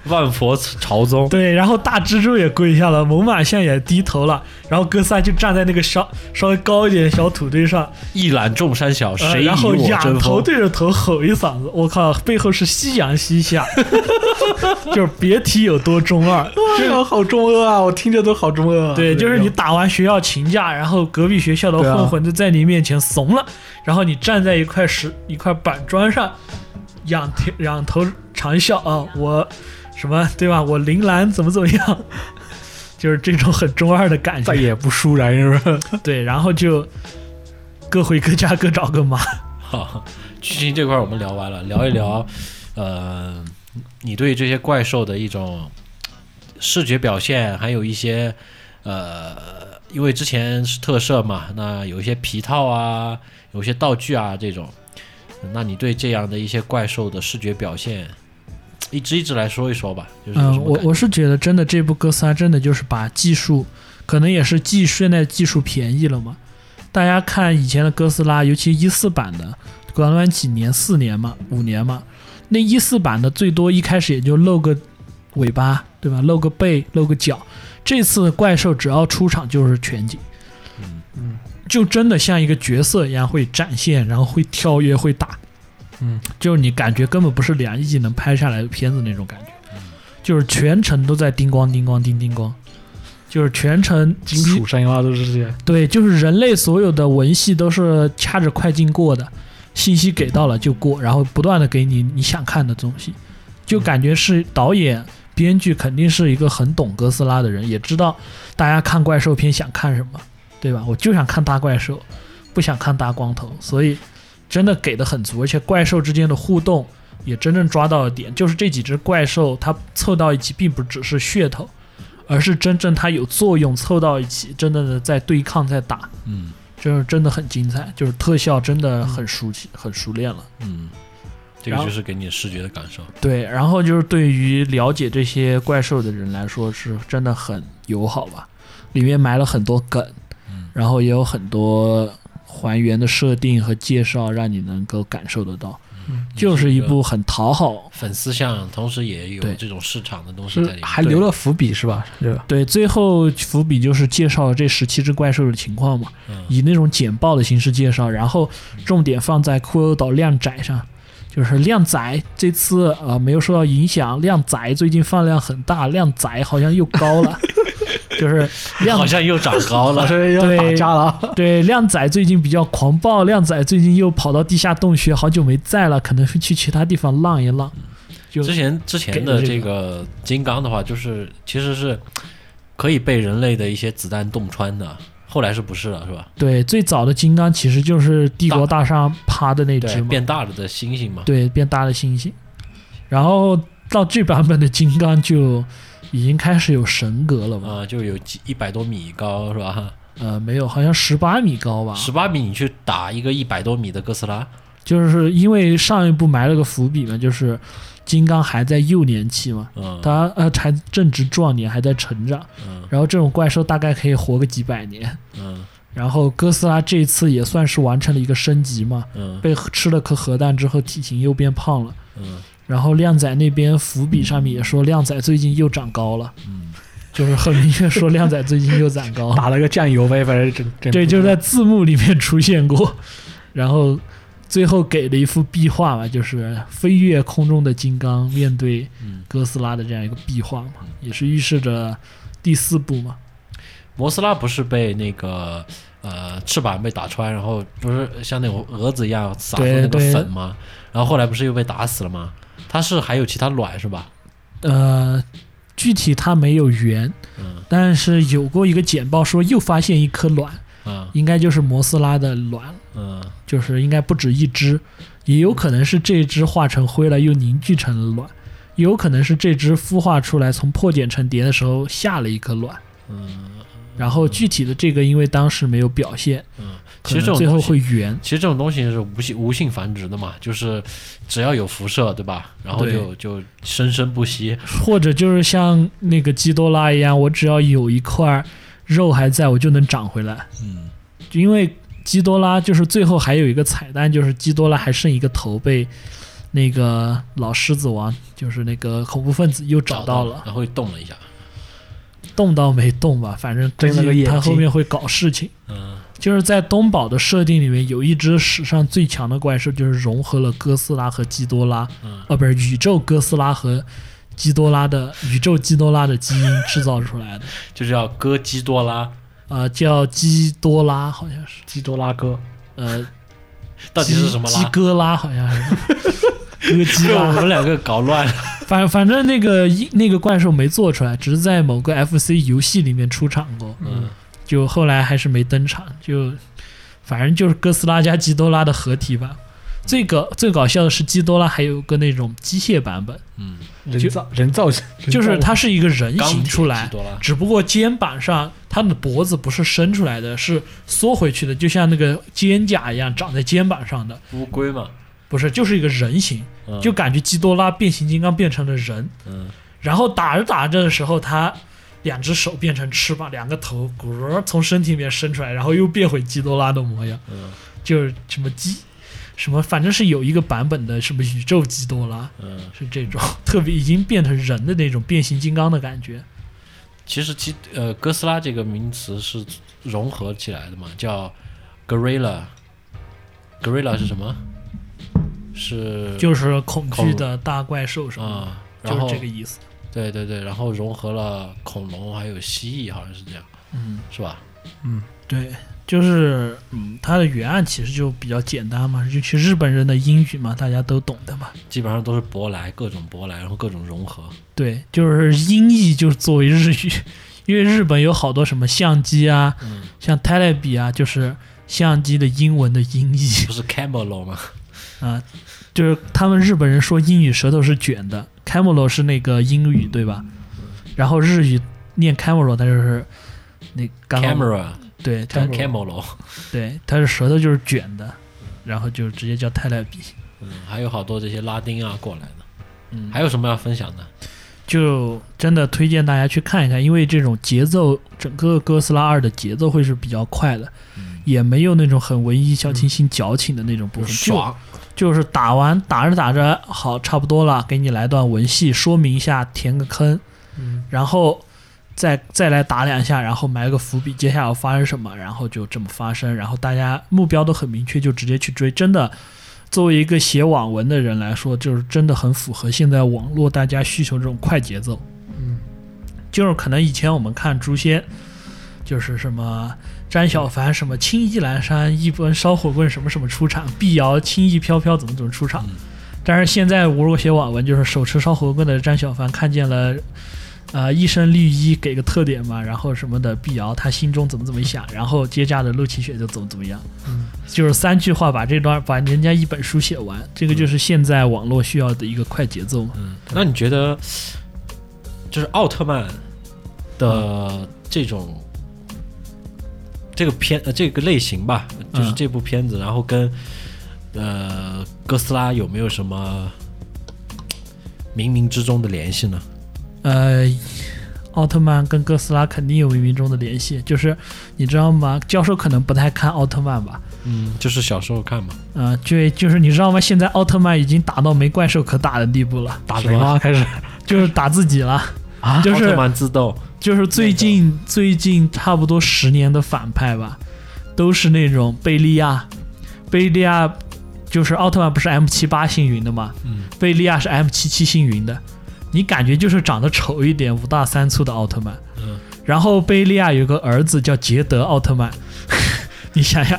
Speaker 2: 万佛朝
Speaker 1: [LAUGHS]
Speaker 2: 宗，
Speaker 1: 对，然后大蜘蛛也跪下了，猛犸象也低头了，然后哥斯拉就站在那个稍稍微高一点的小土堆上，
Speaker 2: 一览众山小，
Speaker 1: 呃、
Speaker 2: 谁与
Speaker 1: 然后
Speaker 2: 我
Speaker 1: 仰
Speaker 2: 争
Speaker 1: 头
Speaker 2: 锋？
Speaker 1: 对着头吼一嗓子，我靠，背后是夕阳西下， [LAUGHS] 就是别提有多中二。
Speaker 3: 这个哎好中二啊！我听着都好中二啊。
Speaker 1: 对，就是你打完学校勤假，然后隔壁学校的
Speaker 3: 对啊
Speaker 1: 混混就在你面前怂了，然后你站在一块石一块板砖上，仰天仰头长啸啊，我什么对吧？我铃兰怎么怎么样， [LAUGHS] 就是这种很中二的感
Speaker 3: 再 [LAUGHS]
Speaker 1: 觉。 [LAUGHS]
Speaker 3: 也不输人，是不是？
Speaker 1: 对，然后就各回各家，各找各妈。
Speaker 2: [LAUGHS] 好，剧情这块儿我们聊完了，聊一聊，呃，你对这些怪兽的一种视觉表现，还有一些呃，因为之前是特摄嘛，那有一些皮套啊，有一些道具啊这种，那你对这样的一些怪兽的视觉表现，一只一只来说一说吧，就是有
Speaker 1: 嗯
Speaker 2: 什，么
Speaker 1: 我
Speaker 2: 感觉
Speaker 1: 我是觉得真的这部哥斯拉真的就是把技术，可能也是技现在技术便宜了嘛。大家看以前的哥斯拉，尤其一四版的，短短几年，四年嘛，五年嘛，那一四版的最多一开始也就露个尾巴，对吧？露个背，露个脚。这次怪兽只要出场就是全景，
Speaker 2: 嗯
Speaker 3: 嗯
Speaker 1: 就真的像一个角色一样会展现，然后会跳跃，会打，
Speaker 3: 嗯
Speaker 1: 就是你感觉根本不是两亿级能拍下来的片子那种感觉，就是全程都在叮咣叮咣叮叮咣，就是全程
Speaker 3: 金属声啊，都是这些。
Speaker 1: 对，就是人类所有的文戏都是掐着快进过的，信息给到了就过，然后不断的给你你想看的东西，就感觉是导演、编剧肯定是一个很懂哥斯拉的人，也知道大家看怪兽片想看什么，对吧？我就想看大怪兽，不想看大光头，所以真的给的很足，而且怪兽之间的互动也真正抓到了点，就是这几只怪兽它凑到一起，并不只是噱头。而是真正它有作用凑到一起，真正的在对抗在打，
Speaker 2: 嗯
Speaker 1: 这是真的很精彩，就是特效真的很熟悉、很熟练了。
Speaker 2: 嗯，这个就是给你视觉的感受，
Speaker 1: 对，然后就是对于了解这些怪兽的人来说，是真的很友好吧。里面埋了很多梗，然后也有很多还原的设定和介绍，让你能够感受得到。
Speaker 3: 嗯
Speaker 1: 就是一部很讨好。
Speaker 2: 粉丝向，同时也有
Speaker 1: 对
Speaker 2: 这种市场的东西
Speaker 3: 是
Speaker 2: 在里面，
Speaker 3: 还留了伏笔是吧？这个
Speaker 1: 对，最后伏笔就是介绍了这十七只怪兽的情况嘛。
Speaker 2: 嗯
Speaker 1: 以那种简报的形式介绍，然后重点放在骷髅岛靓仔上，就是靓仔这次呃没有受到影响，靓仔最近放量很大，靓仔好像又高了， [LAUGHS] 就是靓
Speaker 2: 好像又长
Speaker 1: [LAUGHS]
Speaker 2: 高了
Speaker 3: 老，师要打
Speaker 1: 对
Speaker 3: 架了啊，，
Speaker 1: 对靓仔最近比较狂暴，靓仔最近又跑到地下洞穴，好久没在了，可能会去其他地方浪一浪，
Speaker 2: 嗯
Speaker 1: 就
Speaker 2: 之前之前的这
Speaker 1: 给了这
Speaker 2: 个金刚的话，就是其实是可以被人类的一些子弹洞穿的，后来是不是了，是吧？
Speaker 1: 对最早的金刚其实就是帝国大厦趴的那只
Speaker 2: 对，
Speaker 1: 嘛，
Speaker 2: 变大了的猩猩嘛，
Speaker 1: 对，变大了星星。然后到这版本的金刚就已经开始有神格了嘛？
Speaker 2: 啊、就有几一百多米高，是吧？
Speaker 1: 呃，没有，好像十八米高吧？
Speaker 2: 十八米你去打一个一百多米的哥斯拉，
Speaker 1: 就是因为上一部埋了个伏笔嘛，就是金刚还在幼年期嘛，
Speaker 2: 嗯
Speaker 1: 他呃还正值壮年，还在成长。
Speaker 2: 嗯
Speaker 1: 然后这种怪兽大概可以活个几百年。
Speaker 2: 嗯
Speaker 1: 然后哥斯拉这一次也算是完成了一个升级嘛，
Speaker 2: 嗯
Speaker 1: 被吃了颗核弹之后体型又变胖了。
Speaker 2: 嗯
Speaker 1: 然后靓仔那边伏笔上面也说靓仔最近又长高了。
Speaker 2: 嗯，
Speaker 1: 就是很明确说靓仔最近又攒高
Speaker 3: 打了个酱油呗，反正整整
Speaker 1: 对，就是在字幕里面出现过，然后最后给了一幅壁画嘛，就是飞越空中的金刚面对
Speaker 2: 嗯
Speaker 1: 哥斯拉的这样一个壁画嘛，也是预示着第四部嘛，
Speaker 2: 摩斯拉不是被那个。呃，翅膀被打穿，然后不是像那种蛾子一样撒出
Speaker 1: 对
Speaker 2: 那个
Speaker 1: 对
Speaker 2: 粉吗？然后后来不是又被打死了吗？它是还有其他卵是吧？
Speaker 1: 呃。具体它没有圆，
Speaker 2: 嗯
Speaker 1: 但是有过一个简报说又发现一颗卵，
Speaker 2: 嗯
Speaker 1: 应该就是摩斯拉的卵，
Speaker 2: 嗯
Speaker 1: 就是应该不止一只，也有可能是这只化成灰了又凝聚成了卵，也有可能是这只孵化出来从破茧成蝶的时候下了一颗卵，
Speaker 2: 嗯，
Speaker 1: 然后具体的这个因为当时没有表现，
Speaker 2: 其实
Speaker 1: 可能
Speaker 2: 这种
Speaker 1: 最后
Speaker 2: 东西
Speaker 1: 会圆。
Speaker 2: 其实这种东西是无性无性繁殖的嘛，就是只要有辐射，对吧？然后
Speaker 1: 对
Speaker 2: 就就生生不息。
Speaker 1: 或者就是像那个基多拉一样，我只要有一块肉还在，我就能长回来。
Speaker 2: 嗯
Speaker 1: 因为基多拉就是最后还有一个彩蛋，就是基多拉还剩一个头被那个老狮子王，就是那个恐怖分子又找到了。
Speaker 2: 然后又动了一下。
Speaker 1: 动倒没动吧，反正估
Speaker 3: 睁了个
Speaker 1: 计
Speaker 3: 眼
Speaker 1: 他后
Speaker 3: 睛
Speaker 1: 面会搞事情。
Speaker 2: 嗯
Speaker 1: 就是在东宝的设定里面，有一只史上最强的怪兽，就是融合了哥斯拉和基多拉，
Speaker 2: 嗯
Speaker 1: 啊，不是宇宙哥斯拉和基多拉的宇宙基多拉的基因制造出
Speaker 2: [LAUGHS]
Speaker 1: 来的，
Speaker 2: 就是要哥基多拉，
Speaker 1: 啊、叫基多拉好像是，
Speaker 3: 基多拉哥，
Speaker 1: 呃，
Speaker 2: 到底是什么
Speaker 1: 基基
Speaker 2: 拉？
Speaker 1: 哥拉好像
Speaker 2: [LAUGHS]
Speaker 1: 是，哥基
Speaker 2: 被我
Speaker 1: 拉，
Speaker 2: 们两个
Speaker 1: [LAUGHS]
Speaker 2: 搞乱了。
Speaker 1: 反反正那个一那个怪兽没做出来，只是在某个 FC 游戏里面出场过，
Speaker 2: 嗯
Speaker 1: 就后来还是没登场，就反正就是哥斯拉加基多拉的合体吧。最搞最搞笑的是基多拉还有个那种机械版本，
Speaker 2: 嗯，
Speaker 3: 人造人造人造
Speaker 1: 就是它是一个人
Speaker 2: 钢
Speaker 1: 形
Speaker 2: 铁
Speaker 1: 出来
Speaker 2: 基，多拉
Speaker 1: 只不过肩膀上它的脖子不是伸出来的，是缩回去的，就像那个肩甲一样长在肩膀上的，
Speaker 2: 乌龟嘛，
Speaker 1: 不是，就是一个人形，
Speaker 2: 嗯
Speaker 1: 就感觉基多拉变形金刚变成了人，
Speaker 2: 嗯
Speaker 1: 然后打着打着的时候，他两只手变成翅膀，两个头咕儿从身体里面伸出来，然后又变回基多拉的模样，
Speaker 2: 嗯
Speaker 1: 就是什么基，什么反正是有一个版本的什么宇宙基多拉，
Speaker 2: 嗯，
Speaker 1: 是这种 [LAUGHS] 特别已经变成人的那种变形金刚的感觉。
Speaker 2: 其实基呃哥斯拉这个名词是融合起来的嘛，叫 gorilla，gorilla 是什么？是
Speaker 1: 就是恐惧的大怪兽什么
Speaker 2: 嗯啊，
Speaker 1: 的，
Speaker 2: 然
Speaker 1: 就
Speaker 2: 后
Speaker 1: 是这个意思。
Speaker 2: 对对对，然后融合了恐龙还有蜥蜴，好像是这样，
Speaker 1: 嗯，
Speaker 2: 是吧？
Speaker 1: 对，就是嗯，它的原案其实就比较简单嘛，就去日本人的英语嘛，大家都懂的嘛。
Speaker 2: 基本上都是舶来，各种舶来，然后各种融合。
Speaker 1: 对，就是音译就是作为日语，因为日本有好多什么相机啊，
Speaker 2: 嗯，
Speaker 1: 像 t e l e b 啊，就是相机的英文的音译
Speaker 2: 不是 Camelot 吗？
Speaker 1: 啊，就是他们日本人说英语舌头是卷的，Camelo 是那个英语对吧？然后日语念 Camelo，它就是那刚刚
Speaker 2: camera
Speaker 1: 对，它
Speaker 2: c a m e l o
Speaker 1: 对，它是舌头就是卷的，然后就直接叫泰勒比。
Speaker 2: 嗯，还有好多这些拉丁啊过来的。
Speaker 1: 嗯，
Speaker 2: 还有什么要分享的？
Speaker 1: 就真的推荐大家去看一看，因为这种节奏，整个哥斯拉二的节奏会是比较快的，
Speaker 2: 嗯
Speaker 1: 也没有那种很文艺小清新、矫情的那种部分，就，就是打完打着打着好差不多了，给你来段文戏，说明一下，填个坑，
Speaker 3: 嗯，
Speaker 1: 然后再再来打两下，然后埋个伏笔，接下来要发生什么，然后就这么发生，然后大家目标都很明确，就直接去追。真的，作为一个写网文的人来说，就是真的很符合现在网络大家需求这种快节奏。
Speaker 3: 嗯，
Speaker 1: 就是可能以前我们看《诛仙》，就是什么。詹小凡什么青衣阑珊，一本烧火棍什么什么出场，碧瑶轻易飘飘怎么怎么出场。
Speaker 2: 嗯
Speaker 1: 但是现在我如果写网文，就是手持烧火棍的詹小凡看见了，呃，一身绿衣给个特点嘛，然后什么的碧瑶他心中怎么怎么想，然后接驾的陆启雪就怎么怎么样，
Speaker 3: 嗯
Speaker 1: 就是三句话把这段把人家一本书写完，这个就是现在网络需要的一个快节奏嘛。
Speaker 2: 嗯，那你觉得就是奥特曼
Speaker 1: 嗯
Speaker 2: 的这种、这个片呃这个类型吧，就是
Speaker 1: 嗯
Speaker 2: 这部片子，然后跟呃哥斯拉有没有什么冥冥之中的联系呢？
Speaker 1: 呃，奥特曼跟哥斯拉肯定有冥冥中的联系，就是你知道吗？教授可能不太看奥特曼吧，
Speaker 2: 嗯，就是小时候看嘛，
Speaker 1: 啊、对，就是你知道吗？现在奥特曼已经打到没怪兽可打的地步了，
Speaker 3: 打
Speaker 2: 是
Speaker 3: 雷
Speaker 2: 吗
Speaker 3: 吗？开始
Speaker 1: 就是打自己了，
Speaker 3: 啊
Speaker 1: 就
Speaker 2: 奥
Speaker 1: 是
Speaker 2: 特曼自斗，
Speaker 1: 就是最近最近差不多十年的反派吧，都是那种贝利亚，贝利亚就是奥特曼不是 M 七八星云的吗？
Speaker 2: 嗯，
Speaker 1: 贝利亚是 M 七七星云的，你感觉就是长得丑一点、五大三粗的奥特曼。
Speaker 2: 嗯，
Speaker 1: 然后贝利亚有个儿子叫捷德奥特曼， [LAUGHS] 你想 [LAUGHS] 想，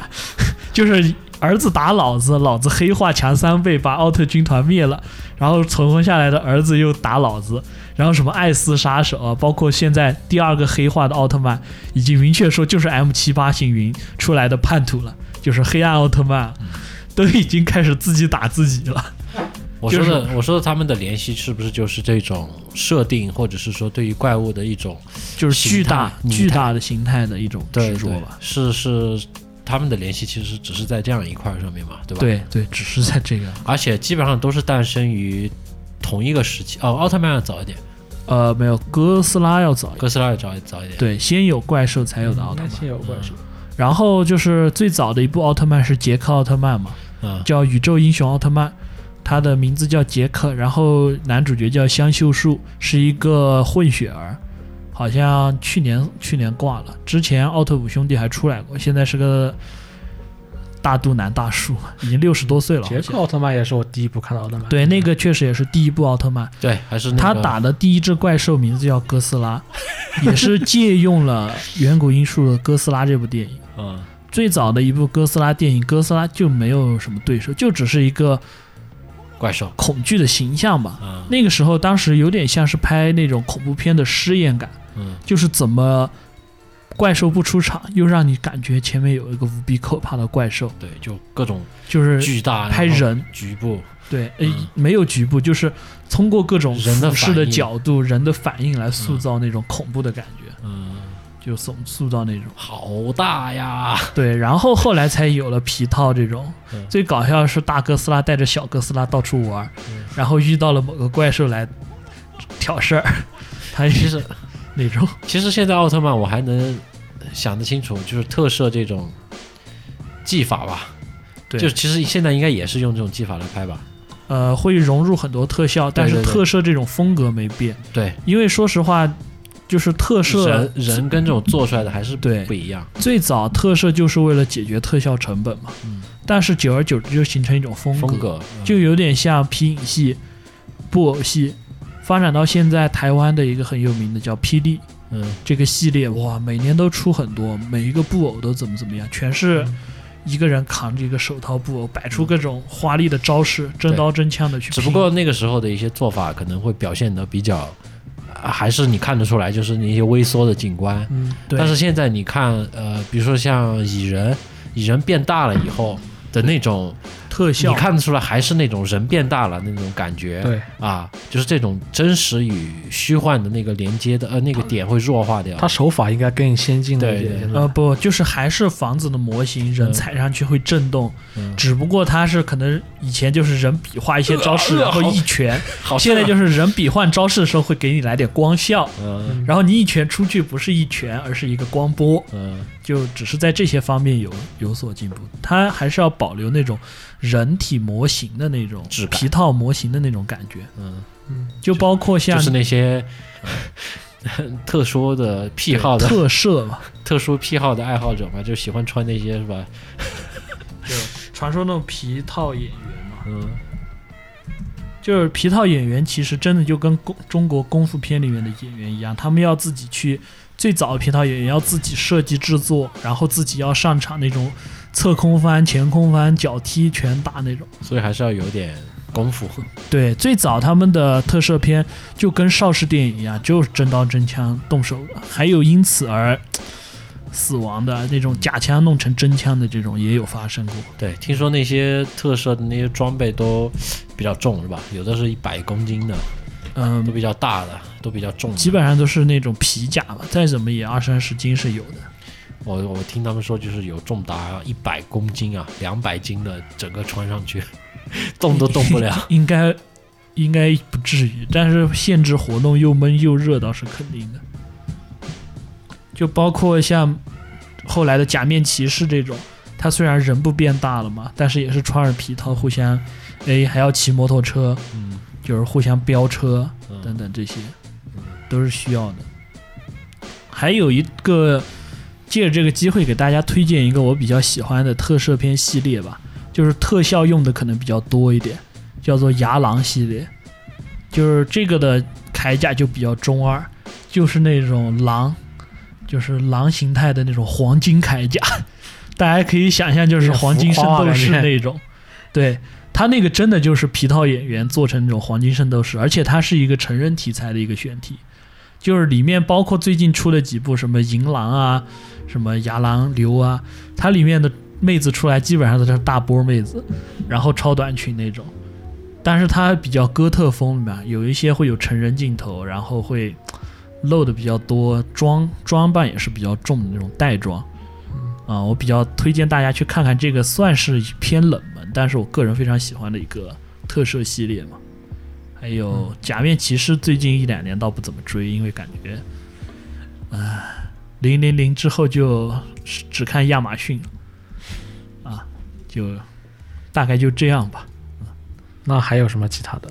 Speaker 1: 就是儿子打老子，老子黑化强三倍，把奥特军团灭了，然后存活下来的儿子又打老子，然后什么艾斯杀手啊，包括现在第二个黑化的奥特曼，已经明确说就是 M 七八星云出来的叛徒了，就是黑暗奥特曼，都已经开始自己打自己了。
Speaker 2: 我说
Speaker 1: 就是
Speaker 2: 的，我说的他们的联系是不是就是这种设定，或者是说对于怪物的一种
Speaker 1: 就是巨大
Speaker 2: 形态
Speaker 1: 巨大的形态的一种执着吧。
Speaker 2: 是是，他们的联系其实只是在这样一块儿上面嘛，对吧？，
Speaker 1: 对对，只是在这个
Speaker 2: 而且基本上都是诞生于同一个时期。哦，奥特曼要早一点，
Speaker 1: 呃没有哥斯拉要早一点，
Speaker 2: 哥斯拉要早一早一点。，
Speaker 1: 对，先有怪兽才有的奥特曼。
Speaker 3: 先有怪兽，
Speaker 1: 然后就是最早的一部奥特曼是杰克奥特曼嘛，
Speaker 2: 嗯
Speaker 1: 叫宇宙英雄奥特曼，他的名字叫杰克，然后男主角叫香秀树，是一个混血儿，好像去年去年挂了，之前奥特五兄弟还出来过，现在是个大肚腩大叔，已经六十多岁了。
Speaker 3: 杰克奥特曼也是我第一部看到的嘛。
Speaker 1: 对，那个确实也是第一部奥特曼，
Speaker 2: 对，还是、那个、
Speaker 1: 他打的第一只怪兽名字叫哥斯拉， [LAUGHS] 也是借用了远古英树的《哥斯拉》这部电影。
Speaker 2: 嗯
Speaker 1: 最早的一部哥斯拉电影，哥斯拉就没有什么对手，就只是一个
Speaker 2: 怪兽
Speaker 1: 恐惧的形象吧。
Speaker 2: 啊，
Speaker 1: 那个时候，当时有点像是拍那种恐怖片的试验感，
Speaker 2: 嗯
Speaker 1: 就是怎么怪兽不出场，又让你感觉前面有一个无比可怕的怪兽，
Speaker 2: 对，就各种
Speaker 1: 就是
Speaker 2: 巨大
Speaker 1: 拍
Speaker 2: 然后
Speaker 1: 人，
Speaker 2: 局部，
Speaker 1: 对，呃
Speaker 2: 嗯
Speaker 1: 没有局部，就是通过各种
Speaker 2: 人的
Speaker 1: 俯视的
Speaker 2: 反应
Speaker 1: 角度、人的反应来塑造那种恐怖的感觉，
Speaker 2: 嗯，
Speaker 1: 就塑塑造那种。
Speaker 2: 好大呀，
Speaker 1: 对，然后后来才有了皮套这种。
Speaker 2: 嗯
Speaker 1: 最搞笑的是大哥斯拉带着小哥斯拉到处玩，
Speaker 2: 嗯
Speaker 1: 然后遇到了某个怪兽来挑事儿，他
Speaker 2: 其
Speaker 1: [LAUGHS] 是
Speaker 2: 实
Speaker 1: 那种
Speaker 2: 其实现在奥特曼我还能想得清楚，就是特摄这种技法吧，
Speaker 1: 对，
Speaker 2: 就是其实现在应该也是用这种技法来拍吧，
Speaker 1: 呃会融入很多特效，但是
Speaker 2: 对对
Speaker 1: 特摄这种风格没变，
Speaker 2: 对，
Speaker 1: 因为说实话，就是特摄
Speaker 2: 人人跟这种做出来的还是
Speaker 1: 对
Speaker 2: 不一样，
Speaker 1: 最早特摄就是为了解决特效成本嘛，
Speaker 2: 嗯
Speaker 1: 但是久而久之就形成一种风格，
Speaker 2: 风格嗯
Speaker 1: 就有点像皮影戏、布偶戏，发展到现在台湾的一个很有名的叫霹雳。
Speaker 2: 嗯
Speaker 1: 这个系列哇，每年都出很多，每一个布偶都怎么怎么样，全是
Speaker 2: 嗯
Speaker 1: 一个人扛着一个手套布偶，摆出各种华丽的招式，真刀真枪的去拼。
Speaker 2: 只不过那个时候的一些做法可能会表现得比较，啊还是你看得出来，就是那些微缩的景观。
Speaker 1: 嗯，对，
Speaker 2: 但是现在你看，呃，比如说像蚁人，蚁人变大了以后的那种，
Speaker 1: 特
Speaker 2: 你
Speaker 1: 效
Speaker 2: 看得出来还是那种人变大了那种感觉。
Speaker 3: 对，
Speaker 2: 啊，就是这种真实与虚幻的那个连接的呃那个点会弱化掉。
Speaker 3: 它手法应该更先进了一
Speaker 2: 对对
Speaker 3: 点。现在
Speaker 1: 呃不，就是还是房子的模型，人
Speaker 2: 嗯
Speaker 1: 踩上去会震动，
Speaker 2: 嗯
Speaker 1: 只不过它是可能以前就是人比划一些招式，
Speaker 2: 呃
Speaker 1: 然后
Speaker 2: 好
Speaker 1: 一拳，
Speaker 2: 好
Speaker 1: 现在就是是人比换招式的时候会给你来点光效，
Speaker 2: 嗯
Speaker 1: 然后你一拳出去不是一拳，而是一个光波，
Speaker 2: 嗯
Speaker 1: 就只是在这些方面有有所进步，它还是要保留那种人体模型的那种
Speaker 2: 质感
Speaker 1: 皮套模型的那种感觉，
Speaker 2: 嗯，
Speaker 1: 就包括像
Speaker 2: 就是
Speaker 1: [LAUGHS]
Speaker 2: 那些。呃特殊的癖好的
Speaker 1: 特摄嘛，
Speaker 2: 特殊癖好的爱好者嘛，就喜欢穿那些是吧？
Speaker 1: 就传说那种皮套演员嘛，
Speaker 2: 嗯，
Speaker 1: 就是皮套演员其实真的就跟功中国功夫片里面的演员一样，他们要自己去最早的皮套演员要自己设计制作，然后自己要上场那种侧空翻、前空翻、脚踢、拳打那种。
Speaker 2: 所以还是要有点功夫。
Speaker 1: 对，最早他们的特摄片就跟邵氏电影一样，就是真刀真枪动手，还有因此而死亡的那种假枪弄成真枪的这种也有发生过。
Speaker 2: [LAUGHS] 对，听说那些特摄的那些装备都比较重是吧？有的是一百公斤的，
Speaker 1: 嗯
Speaker 2: 都，比较大的，都比较重的。
Speaker 1: 基本上都是那种皮甲吧，再怎么也二三十斤是有的。
Speaker 2: 我我听他们说，就是有重达一百公斤啊，两百斤的，整个穿上去， [LAUGHS] 动都动不 [LAUGHS]
Speaker 1: [LAUGHS]
Speaker 2: 了。
Speaker 1: 应该应该不至于，但是限制活动又闷又热倒是肯定的。就包括像后来的假面骑士这种，他虽然人不变大了嘛，但是也是穿着皮套互相，哎，还要骑摩托车，
Speaker 2: 嗯，
Speaker 1: 就是互相飙车等
Speaker 2: 嗯
Speaker 1: 等这些，都是需要的。还有一个，借着这个机会给大家推荐一个我比较喜欢的特摄片系列吧，就是特效用的可能比较多一点，叫做牙狼系列。就是这个的铠甲就比较中二，就是那种狼，就是狼形态的那种黄金铠甲， [LAUGHS] 大家可以想象就是黄金圣斗士那种，对。他那个真的就是皮套演员做成那种黄金圣斗士，而且它是一个成人题材的一个选题，就是里面包括最近出的几部什么银狼啊、什么牙狼流啊，它里面的妹子出来基本上都是大波妹子，然后超短裙那种，但是它比较哥特风嘛，有一些会有成人镜头，然后会露的比较多，装装扮也是比较重的那种带妆。啊、我比较推荐大家去看看这个，算是偏冷门，但是我个人非常喜欢的一个特摄系列嘛。还有假面骑士，最近一两年倒不怎么追，因为感觉，啊、零零零之后就只只看亚马逊了，啊，就大概就这样吧。
Speaker 3: 那还有什么其他的？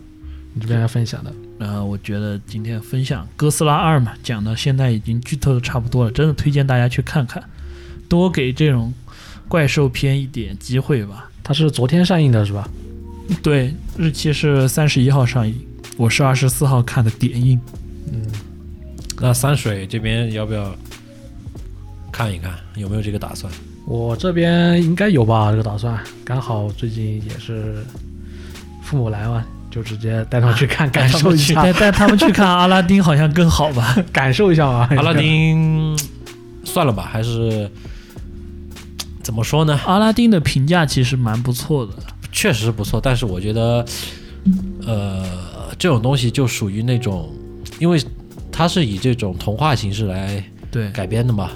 Speaker 3: 你这边要分享的？
Speaker 1: 呃，我觉得今天分享《哥斯拉二》嘛，讲到现在已经剧透的差不多了，真的推荐大家去看看，多给这种怪兽片一点机会
Speaker 3: [LAUGHS]
Speaker 1: 吧。
Speaker 3: 它是昨天上映的是吧？
Speaker 1: 对，日期是三十一号上映，我是二十四号看的点映。
Speaker 2: 那山水这边要不要看一看，有没有这个打 [LAUGHS] 算？
Speaker 3: 我这边应该有吧，这个打算。刚好最近也是父母来嘛，就直接带他们去看，感受一下，
Speaker 1: 带带他们去看阿拉丁好像更好吧？
Speaker 3: 感受一下啊。
Speaker 2: 阿拉丁算了吧，还是怎么说呢？
Speaker 1: [LAUGHS] 阿拉丁的评价其实蛮不错的，
Speaker 2: 确实不错，但是我觉得，呃，这种东西就属于那种，因为它是以这种童话形式来
Speaker 1: 对，
Speaker 2: 改编的嘛。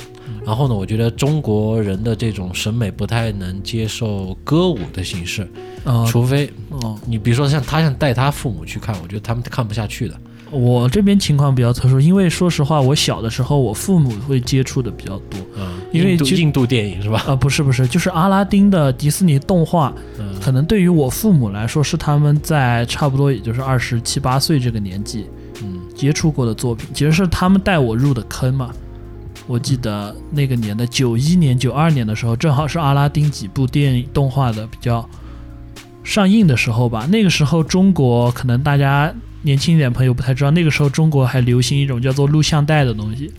Speaker 2: 然后呢，我觉得中国人的这种审美不太能接受歌舞的形式，
Speaker 1: 呃，
Speaker 2: 除非
Speaker 1: 哦，
Speaker 2: 你比如说像他像带他父母去看，我觉得他们看不下去的。
Speaker 1: 我这边情况比较特殊，因为说实话，我小的时候我父母会接触的比较多，
Speaker 2: 嗯，
Speaker 1: 因为
Speaker 2: 印度
Speaker 1: 就
Speaker 2: 印度电影是吧？
Speaker 1: 啊，不是不是，就是阿拉丁的迪士尼动画，
Speaker 2: 嗯
Speaker 1: 可能对于我父母来说是他们在差不多也就是二十七八岁这个年纪
Speaker 2: 嗯
Speaker 1: 接触过的作品，其实是他们带我入的坑嘛。我记得那个年代，九一年、九二年的时候，正好是阿拉丁几部电影动画的比较上映的时候吧。那个时候，中国可能大家年轻一点朋友不太知道，那个时候中国还流行一种叫做录像带的东西。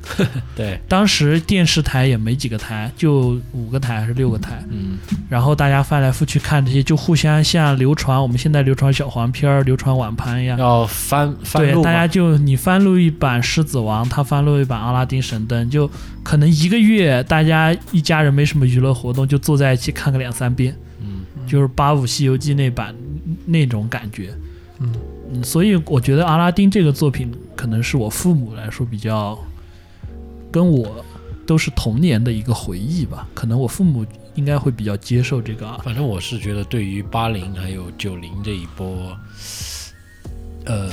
Speaker 2: 对，
Speaker 1: 当时电视台也没几个台，就五个台还是六个台。
Speaker 2: 嗯
Speaker 1: 然后大家翻来覆去看这些，就互相像流传我们现在流传小黄片儿、流传网盘一样。
Speaker 2: 要翻翻
Speaker 1: 对
Speaker 2: 录，嘛
Speaker 1: 大家就你翻录一版《狮子王》，他翻录一版《阿拉丁神灯》，就可能一个月大家一家人没什么娱乐活动，就坐在一起看个两三遍，
Speaker 2: 嗯
Speaker 1: 就是八五《西游记》那版那种感觉。
Speaker 3: [LAUGHS] 嗯
Speaker 1: 嗯，所以我觉得《阿拉丁》这个作品可能是我父母来说比较跟我都是童年的一个回忆吧，可能我父母应该会比较接受这个啊
Speaker 2: 反正我是觉得，对于八零还有九零这一波，呃，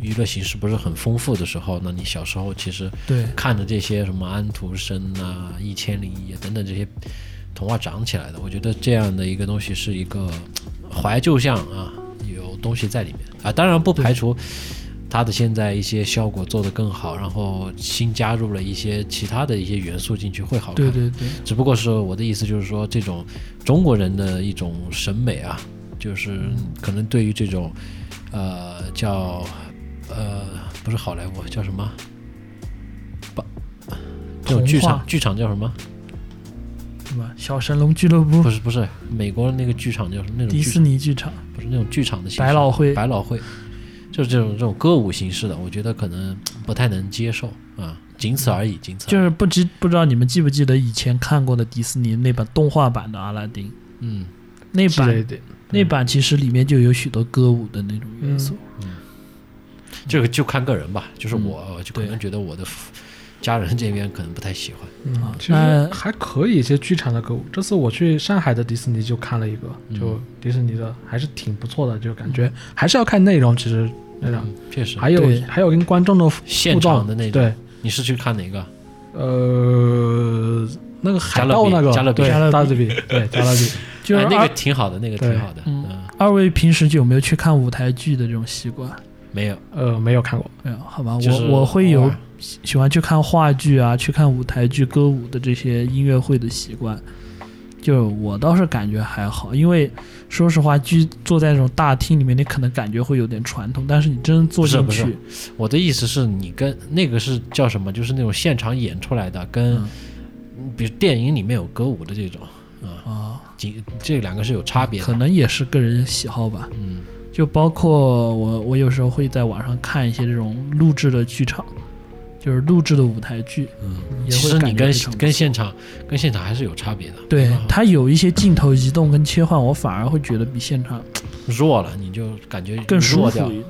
Speaker 2: 娱乐形式不是很丰富的时候呢，你小时候其实
Speaker 1: 对。
Speaker 2: 看着这些什么安徒生啊、一千零一夜等等这些童话长起来的，我觉得这样的一个东西是一个呃怀旧像啊，有东西在里面啊。当然不排除它的现在一些效果做得更好，然后新加入了一些其他的一些元素进去会好看。
Speaker 1: 对对对，
Speaker 2: 只不过是我的意思就是说，这种中国人的一种审美啊，就是
Speaker 1: 嗯
Speaker 2: 可能对于这种呃叫呃不是好莱坞叫什么，不这种剧
Speaker 1: 童
Speaker 2: 场
Speaker 1: 话
Speaker 2: 剧场叫什么？
Speaker 1: 什么小神龙俱乐部
Speaker 2: 不、是不是美国那个剧场叫什么？那种
Speaker 1: 迪
Speaker 2: 嗯剧
Speaker 1: 士尼剧场，
Speaker 2: 不是那种剧场的形式，
Speaker 1: 百老汇
Speaker 2: 百老汇就是这种这种歌舞形式的，我觉得可能不太能接受啊，仅此而已，仅此而已。
Speaker 1: 就是不知不知道你们记不记得以前看过的迪士尼那版动画版的阿拉丁，
Speaker 2: 嗯，
Speaker 1: 那
Speaker 3: 记得一
Speaker 1: 版
Speaker 3: 点，
Speaker 1: 那版其实里面就有许多歌舞的那种元素。
Speaker 2: 嗯这个就看个人吧，就是我、我就可
Speaker 1: 嗯对
Speaker 2: 能觉得我的父家人这边可能不太喜欢。
Speaker 3: 嗯
Speaker 1: 啊，
Speaker 3: 其实
Speaker 1: 那
Speaker 3: 还可以一些剧场的歌舞。这次我去上海的迪士尼就看了一个，
Speaker 2: 嗯
Speaker 3: 就迪士尼的还是挺不错的，就感觉还是要看内容，其实内容
Speaker 1: 啊
Speaker 2: 嗯，确实，
Speaker 3: 还有
Speaker 1: 对
Speaker 3: 还有跟观众的互
Speaker 2: 现
Speaker 3: 动
Speaker 2: 场的那种。
Speaker 3: 对，
Speaker 2: 你是去看哪个？
Speaker 3: 呃，那个海
Speaker 2: 加勒
Speaker 3: 盗
Speaker 2: 比
Speaker 3: 那个
Speaker 2: 加勒比
Speaker 3: 对
Speaker 1: 加勒比
Speaker 3: 加勒比对加勒比，
Speaker 1: 就是
Speaker 2: 哎
Speaker 1: 二、
Speaker 2: 那个挺好的，那个
Speaker 3: 对
Speaker 2: 挺好的。
Speaker 1: 嗯
Speaker 2: 嗯，
Speaker 1: 二位平时有没有去看舞台剧的这种习惯？
Speaker 2: 没有，
Speaker 3: 呃，没有看过，
Speaker 1: 没有，好吧，
Speaker 2: 就是
Speaker 1: 我我会
Speaker 2: 偶
Speaker 1: 有
Speaker 2: 尔
Speaker 1: 喜喜欢去看话剧啊，去看舞台剧、歌舞的这些音乐会的习惯。就我倒是感觉还好，因为说实话，居坐在那种大厅里面，你可能感觉会有点传统，但是你真坐进
Speaker 2: 不是不
Speaker 1: 去
Speaker 2: 是，我的意思是你跟那个是叫什么？就是那种现场演出来的，跟、
Speaker 1: 嗯
Speaker 2: 比如电影里面有歌舞的这种，
Speaker 1: 啊，
Speaker 2: 仅这两个是有差别
Speaker 1: 可
Speaker 2: 的。
Speaker 1: 能也是个人喜好吧。
Speaker 2: 嗯
Speaker 1: 就包括我，我有时候会在网上看一些这种录制的剧场，就是录制的舞台剧，
Speaker 2: 嗯，
Speaker 1: 也
Speaker 2: 其
Speaker 1: 会
Speaker 2: 实
Speaker 1: 感
Speaker 2: 你
Speaker 1: 觉
Speaker 2: 跟
Speaker 1: 非常不
Speaker 2: 跟
Speaker 1: 错
Speaker 2: 现场跟现场还是有差别的。
Speaker 1: 对
Speaker 2: 嗯
Speaker 1: 它有一些镜头移动跟切换，我反而会觉得比现场
Speaker 2: 弱了，你就感觉
Speaker 1: 更舒
Speaker 2: 嗯弱掉
Speaker 1: 服。一点。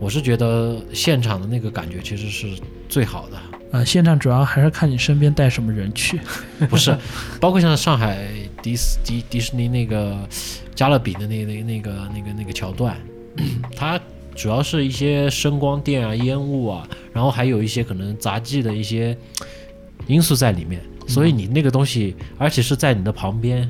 Speaker 2: 我是觉得现场的那个感觉其实是最好的。
Speaker 1: 啊，现场主要还是看你身边带什么人去。
Speaker 2: 不是， [LAUGHS] 包括像上海迪斯迪迪士尼那个加勒比的那那那个那个那个桥段， [CLEARS THROAT] 它主要是一些声光电啊、烟雾啊，然后还有一些可能杂技的一些因素在里面，所以你那个东西，而且是在你的旁边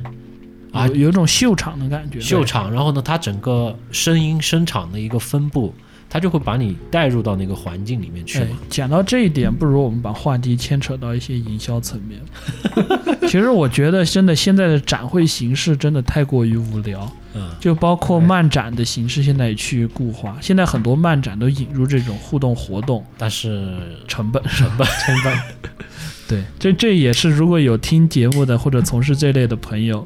Speaker 2: 啊
Speaker 1: 有，有一种秀场的感觉。
Speaker 2: 秀场，然后呢，它整个声音声场的一个分布，它就会把你带入到那个环境里面去
Speaker 1: 哎
Speaker 2: 嘛。，
Speaker 1: 讲到这一点，不如我们把话题牵扯到一些营销层面。 [LAUGHS] 其实我觉得，真的现在的展会形式真的太过于无聊，
Speaker 2: 嗯，
Speaker 1: 就包括漫展的形式，现在也趋于固化。现在很多漫展都引入这种互动活动，
Speaker 2: 但是
Speaker 1: 成
Speaker 2: [LAUGHS]
Speaker 1: 本成
Speaker 2: 本
Speaker 1: [LAUGHS] 成本。对，这这也是如果有听节目的或者从事这类的朋友，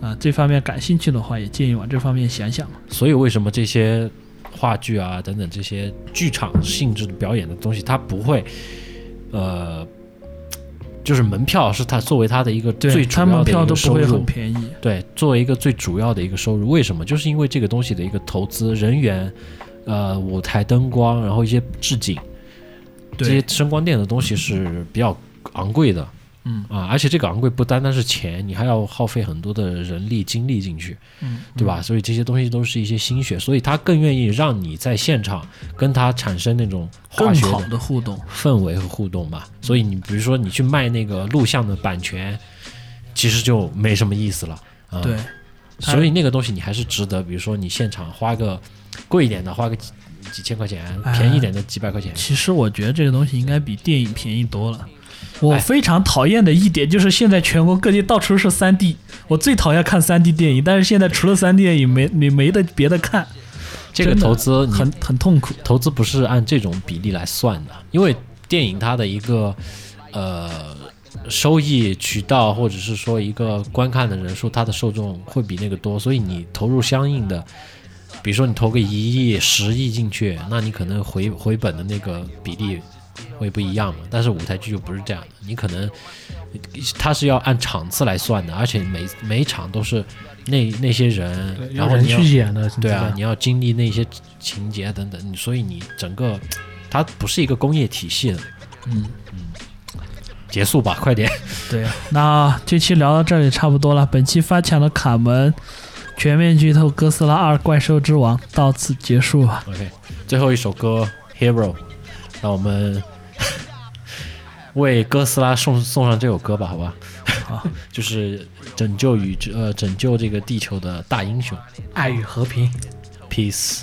Speaker 1: 啊、这方面感兴趣的话，也建议往这方面想想。
Speaker 2: 所以为什么这些话剧啊等等这些剧场性质的表演的东西，它不会呃就是门票是它作为它的一个最
Speaker 1: 对，
Speaker 2: 主
Speaker 1: 他
Speaker 2: 要
Speaker 1: 门
Speaker 2: 的一
Speaker 1: 票
Speaker 2: 个
Speaker 1: 都不
Speaker 2: 收
Speaker 1: 会
Speaker 2: 入
Speaker 1: 很，便宜。
Speaker 2: 对，作为一个最主要的一个收入，为什么？就是因为这个东西的一个投资、人员、呃舞台灯光，然后一些置景，这些
Speaker 1: 对，
Speaker 2: 声光电的东西是比较昂贵的。
Speaker 1: 嗯
Speaker 2: 啊，而且这个昂贵不单单是钱，你还要耗费很多的人力精力进去，
Speaker 1: 嗯，
Speaker 2: 对吧？所以这些东西都是一些心血，所以他更愿意让你在现场跟他产生那种化
Speaker 1: 更
Speaker 2: 学
Speaker 1: 好嗯
Speaker 2: 的
Speaker 1: 的互动。
Speaker 2: 氛围和互动吧。所以你比如说你去卖那个录像的版权，其实就没什么意思了啊。
Speaker 1: 对，它
Speaker 2: 所以那个东西你还是值得，比如说你现场花个贵一点的，花个几几千块钱，
Speaker 1: 哎
Speaker 2: 便宜一点的几百块钱。
Speaker 1: 其实我觉得这个东西应该比电影便宜多了。我
Speaker 2: 哎
Speaker 1: 非常讨厌的一点就是，现在全国各地到处是3 D，我最讨厌看3 D 电影，但是现在除了3 D 电影没你没得别的看，
Speaker 2: 这个
Speaker 1: 真的
Speaker 2: 投资你
Speaker 1: 很很痛苦。
Speaker 2: 投资不是按这种比例来算的，因为电影它的一个呃收益渠道，或者是说一个观看的人数，它的受众会比那个多，所以你投入相应的，比如说你投个一亿、十亿进去，那你可能回回本的那个比例会不一样嘛。但是舞台剧就不是这样的，你可能它是要按场次来算的，而且每每一场都是那那些人，然后
Speaker 3: 人
Speaker 2: 你要
Speaker 3: 去演的，
Speaker 2: 对
Speaker 3: 是
Speaker 2: 啊
Speaker 3: 这，样
Speaker 2: 你要经历那些情节等等，你所以你整个它不是一个工业体系的。
Speaker 1: 嗯
Speaker 2: 结束吧，快点！ [LAUGHS]
Speaker 1: 对，那这期聊到这里差不多了。本期翻墙的卡门，全面剧透《哥斯拉二：怪兽之王》到此结束吧。
Speaker 2: OK，最后一首歌《Hero》，让我们为哥斯拉送送上这首歌吧，好吧？ [LAUGHS] 就是拯救宇宙呃拯救这个地球的大英雄
Speaker 3: 爱与和平。
Speaker 2: ，Peace。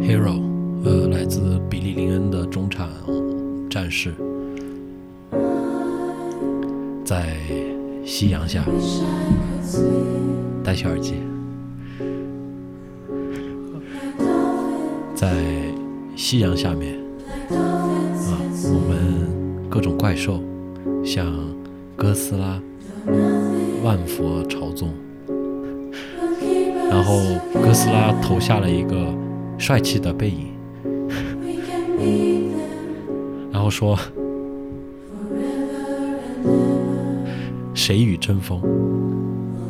Speaker 2: Hero，呃，来自比利林恩的中产战士，在夕阳下戴起耳机，在夕阳下面啊，我们各种怪兽，像哥斯拉、万佛朝宗。然后哥斯拉投下了一个帅气的背影，然后说：“谁与争锋？”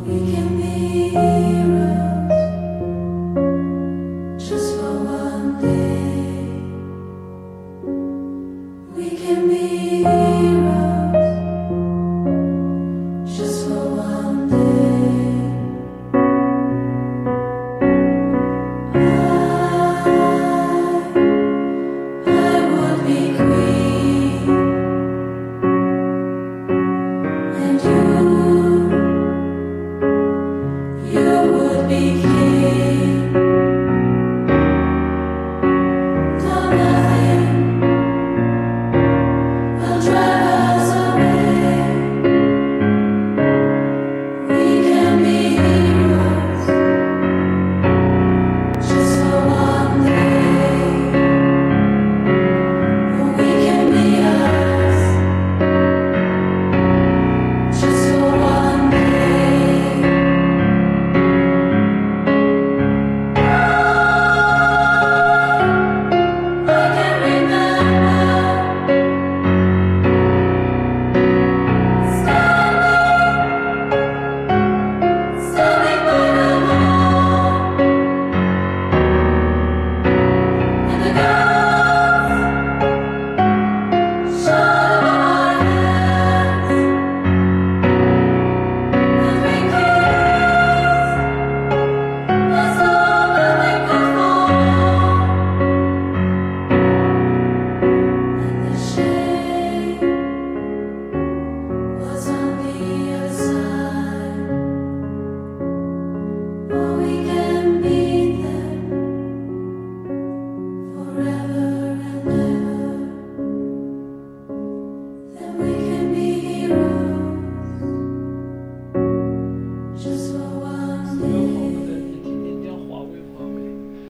Speaker 4: We can